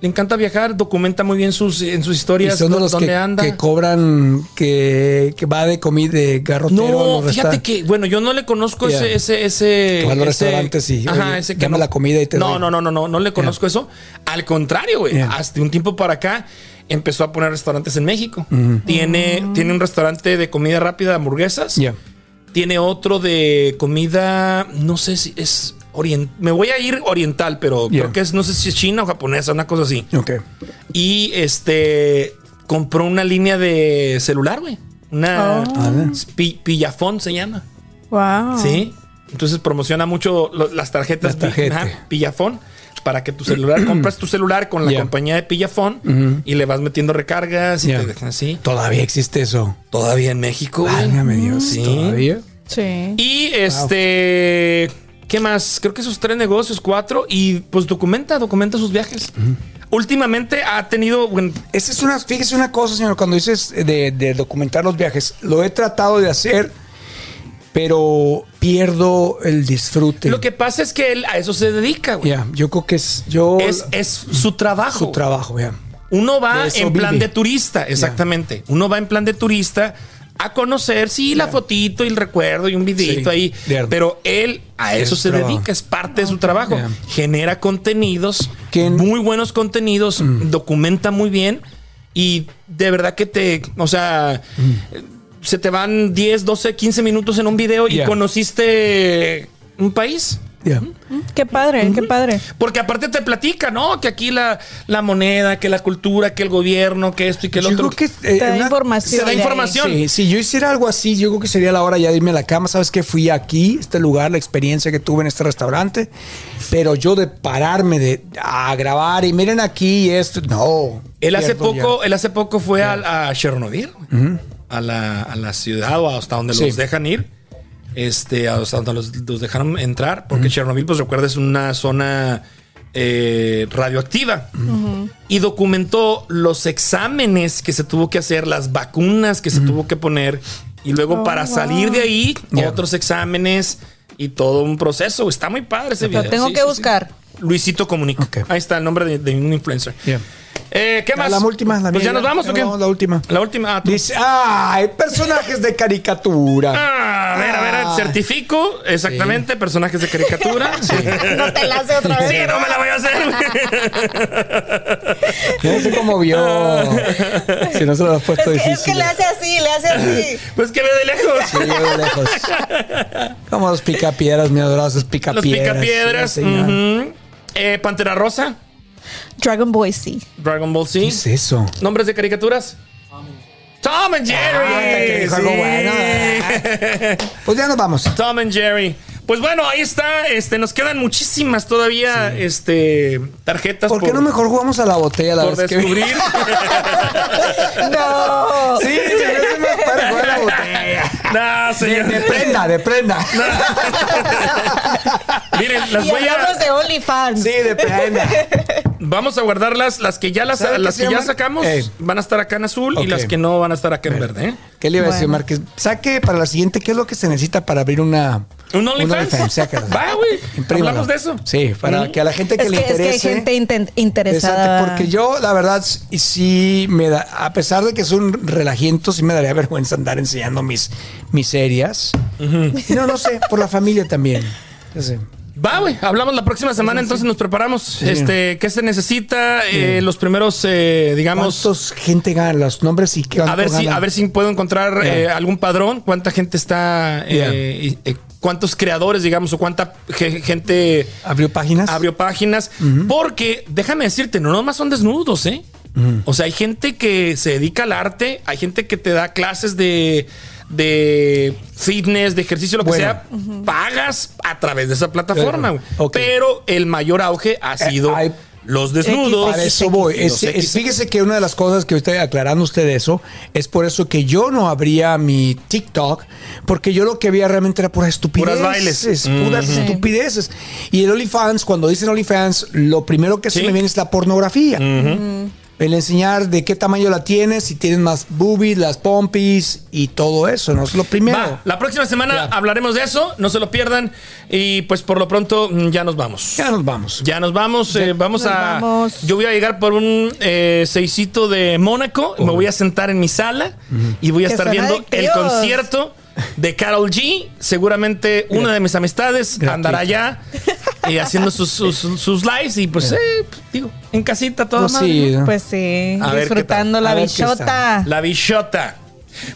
Speaker 3: Le encanta viajar, documenta muy bien sus, en sus
Speaker 5: Y
Speaker 3: historias
Speaker 5: son de
Speaker 3: dó-
Speaker 5: los
Speaker 3: dónde
Speaker 5: que,
Speaker 3: anda.
Speaker 5: que cobran, que, que va de comida, de garrotero. a
Speaker 3: No,
Speaker 5: los
Speaker 3: fíjate
Speaker 5: restaurantes.
Speaker 3: que, bueno, yo no le conozco
Speaker 5: Ya.
Speaker 3: ese, ese, ese.
Speaker 5: Que va a los
Speaker 3: ese-
Speaker 5: restaurantes y, oye,
Speaker 3: que
Speaker 5: dame la comida y te
Speaker 3: No,
Speaker 5: doy.
Speaker 3: no, no, no, no, no le conozco eso. Al contrario, güey.
Speaker 5: Ya.
Speaker 3: Hasta un tiempo para acá empezó a poner restaurantes en México. Tiene, tiene un restaurante de comida rápida, de hamburguesas.
Speaker 5: Ya.
Speaker 3: Tiene otro de comida, no sé si es orient, me voy a ir oriental, pero
Speaker 5: Ya.
Speaker 3: creo que es, no sé si es china o japonesa, una cosa así.
Speaker 5: Ok.
Speaker 3: Y este compró una línea de celular, güey. Una
Speaker 4: Oh. Ah.
Speaker 5: A ver.
Speaker 3: pi- pillafón se llama.
Speaker 4: Wow.
Speaker 3: Sí. Entonces promociona mucho lo- las tarjetas
Speaker 5: Las tarjetas.
Speaker 3: Pi- ajá, Pillafón para que tu celular compras tu celular con la
Speaker 5: Ya.
Speaker 3: compañía de Pillafón y le vas metiendo recargas y
Speaker 5: Ya.
Speaker 3: te dejan así.
Speaker 5: Todavía existe eso.
Speaker 3: Todavía en México. güey.
Speaker 5: Válgame Dios.
Speaker 3: Sí.
Speaker 5: Mm, Todavía.
Speaker 4: Sí.
Speaker 3: Y este. ¿Qué más? Creo que esos tres negocios, cuatro. Y pues documenta, documenta sus viajes. Últimamente ha tenido. bueno,
Speaker 5: Esa es una, fíjese una cosa, señor, cuando dices de, de documentar los viajes, lo he tratado de hacer, pero pierdo el disfrute.
Speaker 3: Lo que pasa es que él a eso se dedica, güey.
Speaker 5: Ya, yo creo que es yo
Speaker 3: Es, es su trabajo.
Speaker 5: su trabajo, ya.
Speaker 3: Uno va
Speaker 5: De eso
Speaker 3: en plan
Speaker 5: vive.
Speaker 3: de turista, exactamente. Uno va en plan de turista a conocer, sí, la fotito y el recuerdo y un videito
Speaker 5: Sí,
Speaker 3: ahí.
Speaker 5: de acuerdo.
Speaker 3: Pero él a
Speaker 5: Es
Speaker 3: eso
Speaker 5: su
Speaker 3: se
Speaker 5: trabajo.
Speaker 3: dedica, es parte de su trabajo.
Speaker 5: Ya.
Speaker 3: Genera contenidos,
Speaker 5: Que en-
Speaker 3: muy buenos contenidos,
Speaker 5: Mm.
Speaker 3: documenta muy bien y de verdad que te, o sea...
Speaker 5: Mm.
Speaker 3: Se te van 10, 12, 15 minutos en un video y
Speaker 5: Ya.
Speaker 3: conociste un país.
Speaker 5: Ya.
Speaker 4: Qué padre, qué padre.
Speaker 3: Porque aparte te platica, ¿no? Que aquí la, la moneda, que la cultura, que el gobierno, que esto y que el
Speaker 5: Yo
Speaker 3: otro.
Speaker 5: creo que eh,
Speaker 4: da información.
Speaker 3: se da
Speaker 4: Sí,
Speaker 3: información.
Speaker 5: Sí, si yo hiciera algo así, yo creo que sería la hora ya de irme a la cama. Sabes que fui aquí, este lugar, la experiencia que tuve en este restaurante, pero yo de pararme de a grabar y miren aquí esto, no.
Speaker 3: Él hace
Speaker 5: pierdo ya.
Speaker 3: poco, él hace poco fue al- a, Chernobyl, güey. a, la, a la ciudad o hasta donde
Speaker 5: Sí.
Speaker 3: los dejan ir. Este, hasta donde los, los dejaron entrar, porque Chernobyl, pues recuerda, es una zona eh, radioactiva. Y documentó los exámenes que se tuvo que hacer, las vacunas que se tuvo que poner Y luego
Speaker 4: Oh,
Speaker 3: para
Speaker 4: wow.
Speaker 3: salir de ahí,
Speaker 5: Ya.
Speaker 3: otros exámenes y todo un proceso. Está muy padre ese video.
Speaker 4: Lo tengo
Speaker 3: Sí,
Speaker 4: que
Speaker 3: sí, sí.
Speaker 4: buscar.
Speaker 3: Luisito Comunica.
Speaker 5: Ok.
Speaker 3: Ahí está el nombre de, de un influencer.
Speaker 5: Ya.
Speaker 3: Eh, ¿Qué más?
Speaker 5: La última, la
Speaker 3: pues
Speaker 5: mía,
Speaker 3: ya nos vamos, ¿o qué?
Speaker 5: No, la última.
Speaker 3: La última. ah, tú.
Speaker 5: Dice, ay, personajes de
Speaker 3: *laughs*
Speaker 5: caricatura.
Speaker 3: Ah, a ver, a ver, certifico exactamente personajes de
Speaker 5: *laughs*
Speaker 3: caricatura. Sí.
Speaker 4: No te la hace otra vez.
Speaker 3: Sí, no me la voy a hacer. *laughs*
Speaker 5: No sé cómo vio. Si no se lo has puesto
Speaker 4: Es que, es
Speaker 5: difícil.
Speaker 4: que le hace así, le hace así.
Speaker 3: Pues que ve de lejos.
Speaker 5: Sí, yo de lejos. Como los picapiedras, mi adorados, los
Speaker 3: Los
Speaker 5: picapiedras.
Speaker 3: picapiedras.
Speaker 5: Sí, señor.
Speaker 3: ujú. Eh, Pantera Rosa.
Speaker 4: *laughs* Dragon Ball sí.
Speaker 3: Dragon Ball
Speaker 5: ¿Qué
Speaker 3: Z.
Speaker 5: es eso?
Speaker 3: ¿Nombres de caricaturas? Tom and
Speaker 5: Ah, hasta que
Speaker 3: Jerry.
Speaker 5: dijo algo bueno, eh.
Speaker 3: Sí.
Speaker 5: Pues ya nos vamos.
Speaker 3: Tom and Jerry. Pues bueno, ahí está. Este, nos quedan muchísimas todavía este, tarjetas
Speaker 5: ¿Por qué no mejor jugamos a la botella la
Speaker 3: por
Speaker 5: vez que
Speaker 3: descubrir. *laughs*
Speaker 4: No.
Speaker 5: *laughs* Sí, se me hace más padre jugar a la
Speaker 3: *laughs*
Speaker 5: botella.
Speaker 3: no,
Speaker 5: De,
Speaker 3: señor.
Speaker 5: de prenda, de prenda.
Speaker 3: Miren, las
Speaker 4: Y
Speaker 3: voy a.
Speaker 4: hablamos de OnlyFans.
Speaker 5: Sí, de prenda.
Speaker 3: Vamos a guardar las, las que ya las,
Speaker 5: ¿Sabe qué
Speaker 3: las
Speaker 5: se
Speaker 3: que ya
Speaker 5: llaman?
Speaker 3: sacamos
Speaker 5: Eh.
Speaker 3: van a estar acá en azul
Speaker 5: Ok.
Speaker 3: y las que no van a estar acá en verde. ¿eh?
Speaker 5: ¿Qué le iba a decir,
Speaker 4: Bueno.
Speaker 5: Márquez? Saque para la siguiente, ¿qué es lo que se necesita para abrir una.
Speaker 3: Un OnlyFans. *laughs*
Speaker 5: Sácalo.
Speaker 3: Va, güey.
Speaker 5: Imprímalo.
Speaker 3: Hablamos de eso.
Speaker 5: Sí, para
Speaker 3: Ujú.
Speaker 5: que a la gente que
Speaker 4: es,
Speaker 5: le
Speaker 4: que, es que
Speaker 5: interese.
Speaker 4: hay gente inten- interesada.
Speaker 5: Interesante, porque yo, la verdad, s- y sí me da, a pesar de que es un relajiento, sí me daría vergüenza andar enseñando mis miserias. No, no sé, por la familia también. Ya sé.
Speaker 3: Va, güey. Hablamos la próxima semana, entonces nos preparamos. Este, ¿qué se necesita? Eh, los primeros, eh, digamos.
Speaker 5: ¿Cuántos gente gana los nombres y qué
Speaker 3: A ver si, a ver si puedo encontrar
Speaker 5: Yeah.
Speaker 3: eh, algún padrón. ¿Cuánta gente está? eh,
Speaker 5: Yeah.
Speaker 3: y- eh, ¿Cuántos creadores, digamos, o cuánta ge- gente
Speaker 5: ¿Abrió páginas?
Speaker 3: abrió páginas? Porque déjame decirte, no nomás son desnudos, ¿eh? O sea, hay gente que se dedica al arte, hay gente que te da clases de, de fitness, de ejercicio, lo que
Speaker 5: Bueno.
Speaker 3: sea. Pagas a través de esa plataforma, güey.
Speaker 5: Ok. Eh,
Speaker 3: Pero el mayor auge ha sido
Speaker 5: hay-
Speaker 3: los desnudos.
Speaker 5: Para eso voy.
Speaker 3: los
Speaker 5: Es- es-
Speaker 3: X.
Speaker 5: fíjese que una de las cosas que usted aclarando usted eso es por eso que yo no abría mi TikTok porque yo lo que veía realmente era puras estupideces,
Speaker 3: bailes.
Speaker 5: puras
Speaker 4: Sí.
Speaker 5: estupideces. Y el OnlyFans, cuando dicen OnlyFans, lo primero que
Speaker 3: Sí.
Speaker 5: se me viene es la pornografía. El enseñar de qué tamaño la tienes, si tienes más boobies, las pompis y todo eso, ¿no? Es lo primero.
Speaker 3: Va, la próxima semana
Speaker 5: Ya.
Speaker 3: hablaremos de eso, no se lo pierdan. Y pues por lo pronto mm, ya nos vamos.
Speaker 5: Ya nos vamos.
Speaker 3: Ya nos vamos, eh, vamos
Speaker 4: Nos
Speaker 3: a...
Speaker 4: vamos.
Speaker 3: Yo voy a llegar por un eh, seisito de Mónaco, me voy a sentar en mi sala y voy a
Speaker 4: Que
Speaker 3: estar
Speaker 4: suena
Speaker 3: viendo el
Speaker 4: adictivos.
Speaker 3: concierto de Carol G. Seguramente una de mis amistades
Speaker 5: Gratuito.
Speaker 3: andará allá y haciendo sus, sus, sus lives y pues, eh, pues, digo, en casita todo.
Speaker 5: No,
Speaker 3: madre,
Speaker 5: sí,
Speaker 3: ¿no?
Speaker 5: ¿no?
Speaker 4: Pues sí,
Speaker 3: A ver qué
Speaker 4: disfrutando
Speaker 5: tal.
Speaker 4: la
Speaker 5: A ver qué
Speaker 4: bichota.
Speaker 3: La bichota.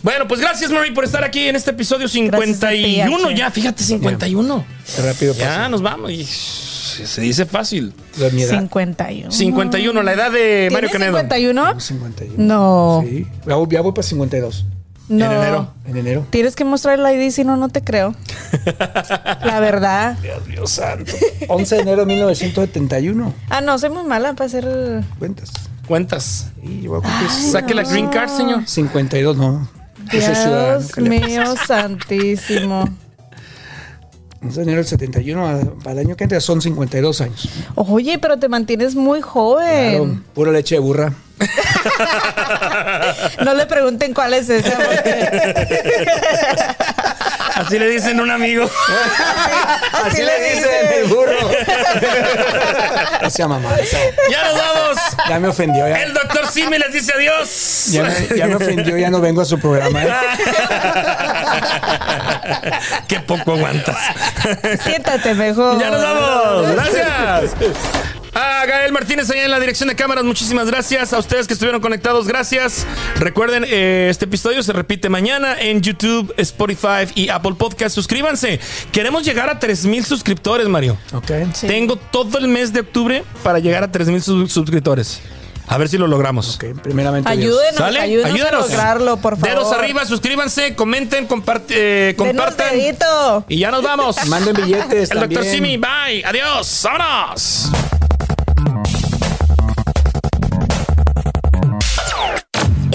Speaker 3: Bueno, pues gracias, Mary, por estar aquí en este episodio
Speaker 4: Gracias a ti,
Speaker 3: 51.
Speaker 4: H.
Speaker 3: Ya, fíjate, 51.
Speaker 5: Qué rápido pasa.
Speaker 3: Ya, nos vamos. Y se se dice fácil.
Speaker 5: La mi edad.
Speaker 4: 51.
Speaker 3: 51, la edad de Mario
Speaker 4: ¿Tienes
Speaker 3: Canedo.
Speaker 4: 51?
Speaker 5: 51.
Speaker 4: No.
Speaker 5: Sí. Ya voy, ya voy para 52.
Speaker 4: No.
Speaker 3: En enero.
Speaker 5: En enero.
Speaker 4: Tienes que mostrar el ID, si no, no te creo. La verdad.
Speaker 5: Dios santo. 11 de enero de 1971.
Speaker 4: Ah, no, soy muy mala para hacer.
Speaker 5: Cuentas.
Speaker 3: Cuentas.
Speaker 5: Y yo voy a cumplir
Speaker 3: Saque la green card, señor.
Speaker 5: 52, no. Yo soy ciudadano.
Speaker 4: Dios
Speaker 5: ¿qué le pasa?
Speaker 4: mío santísimo.
Speaker 5: 11 de enero del 71 a- para el año que entra son 52 años.
Speaker 4: Oye, pero te mantienes muy joven.
Speaker 5: Claro, pura leche de burra.
Speaker 4: No le pregunten cuál es
Speaker 5: *laughs*
Speaker 4: esa. porque-
Speaker 3: Así le dicen a un amigo.
Speaker 5: Así,
Speaker 4: le
Speaker 5: le dicen
Speaker 4: dicen.
Speaker 5: el burro. o sea, mamá. o sea,
Speaker 3: *laughs* Ya nos vamos.
Speaker 5: ya me ofendió. Ya,
Speaker 3: El doctor Simi les dice adiós. *laughs*
Speaker 5: ya me, ya me ofendió. Ya no vengo a su programa. ¿eh?
Speaker 3: Qué poco aguantas.
Speaker 4: Siéntate mejor.
Speaker 3: Ya nos
Speaker 4: *laughs*
Speaker 3: vamos. Gracias. A Gael Martínez allá en la dirección de cámaras, muchísimas gracias. A ustedes que estuvieron conectados, gracias. Recuerden, eh, este episodio se repite mañana en YouTube, Spotify y Apple Podcast. Suscríbanse. Queremos llegar a 3.000 suscriptores, Mario.
Speaker 5: Ok.
Speaker 3: Tengo todo el mes de octubre para llegar a 3.000 sus- suscriptores. A ver si lo logramos.
Speaker 5: Ok, primeramente. Dios.
Speaker 4: Ayúdenos,
Speaker 3: ¿Sale?
Speaker 4: ayúdenos, a lograrlo, por favor.
Speaker 3: Dedos arriba, suscríbanse, comenten, comparte, eh,
Speaker 4: Denos
Speaker 3: compartan.
Speaker 4: dedito.
Speaker 3: Y ya nos vamos.
Speaker 4: *laughs*
Speaker 5: Manden billetes.
Speaker 3: El doctor
Speaker 5: también.
Speaker 3: Simi, bye, adiós, vámonos.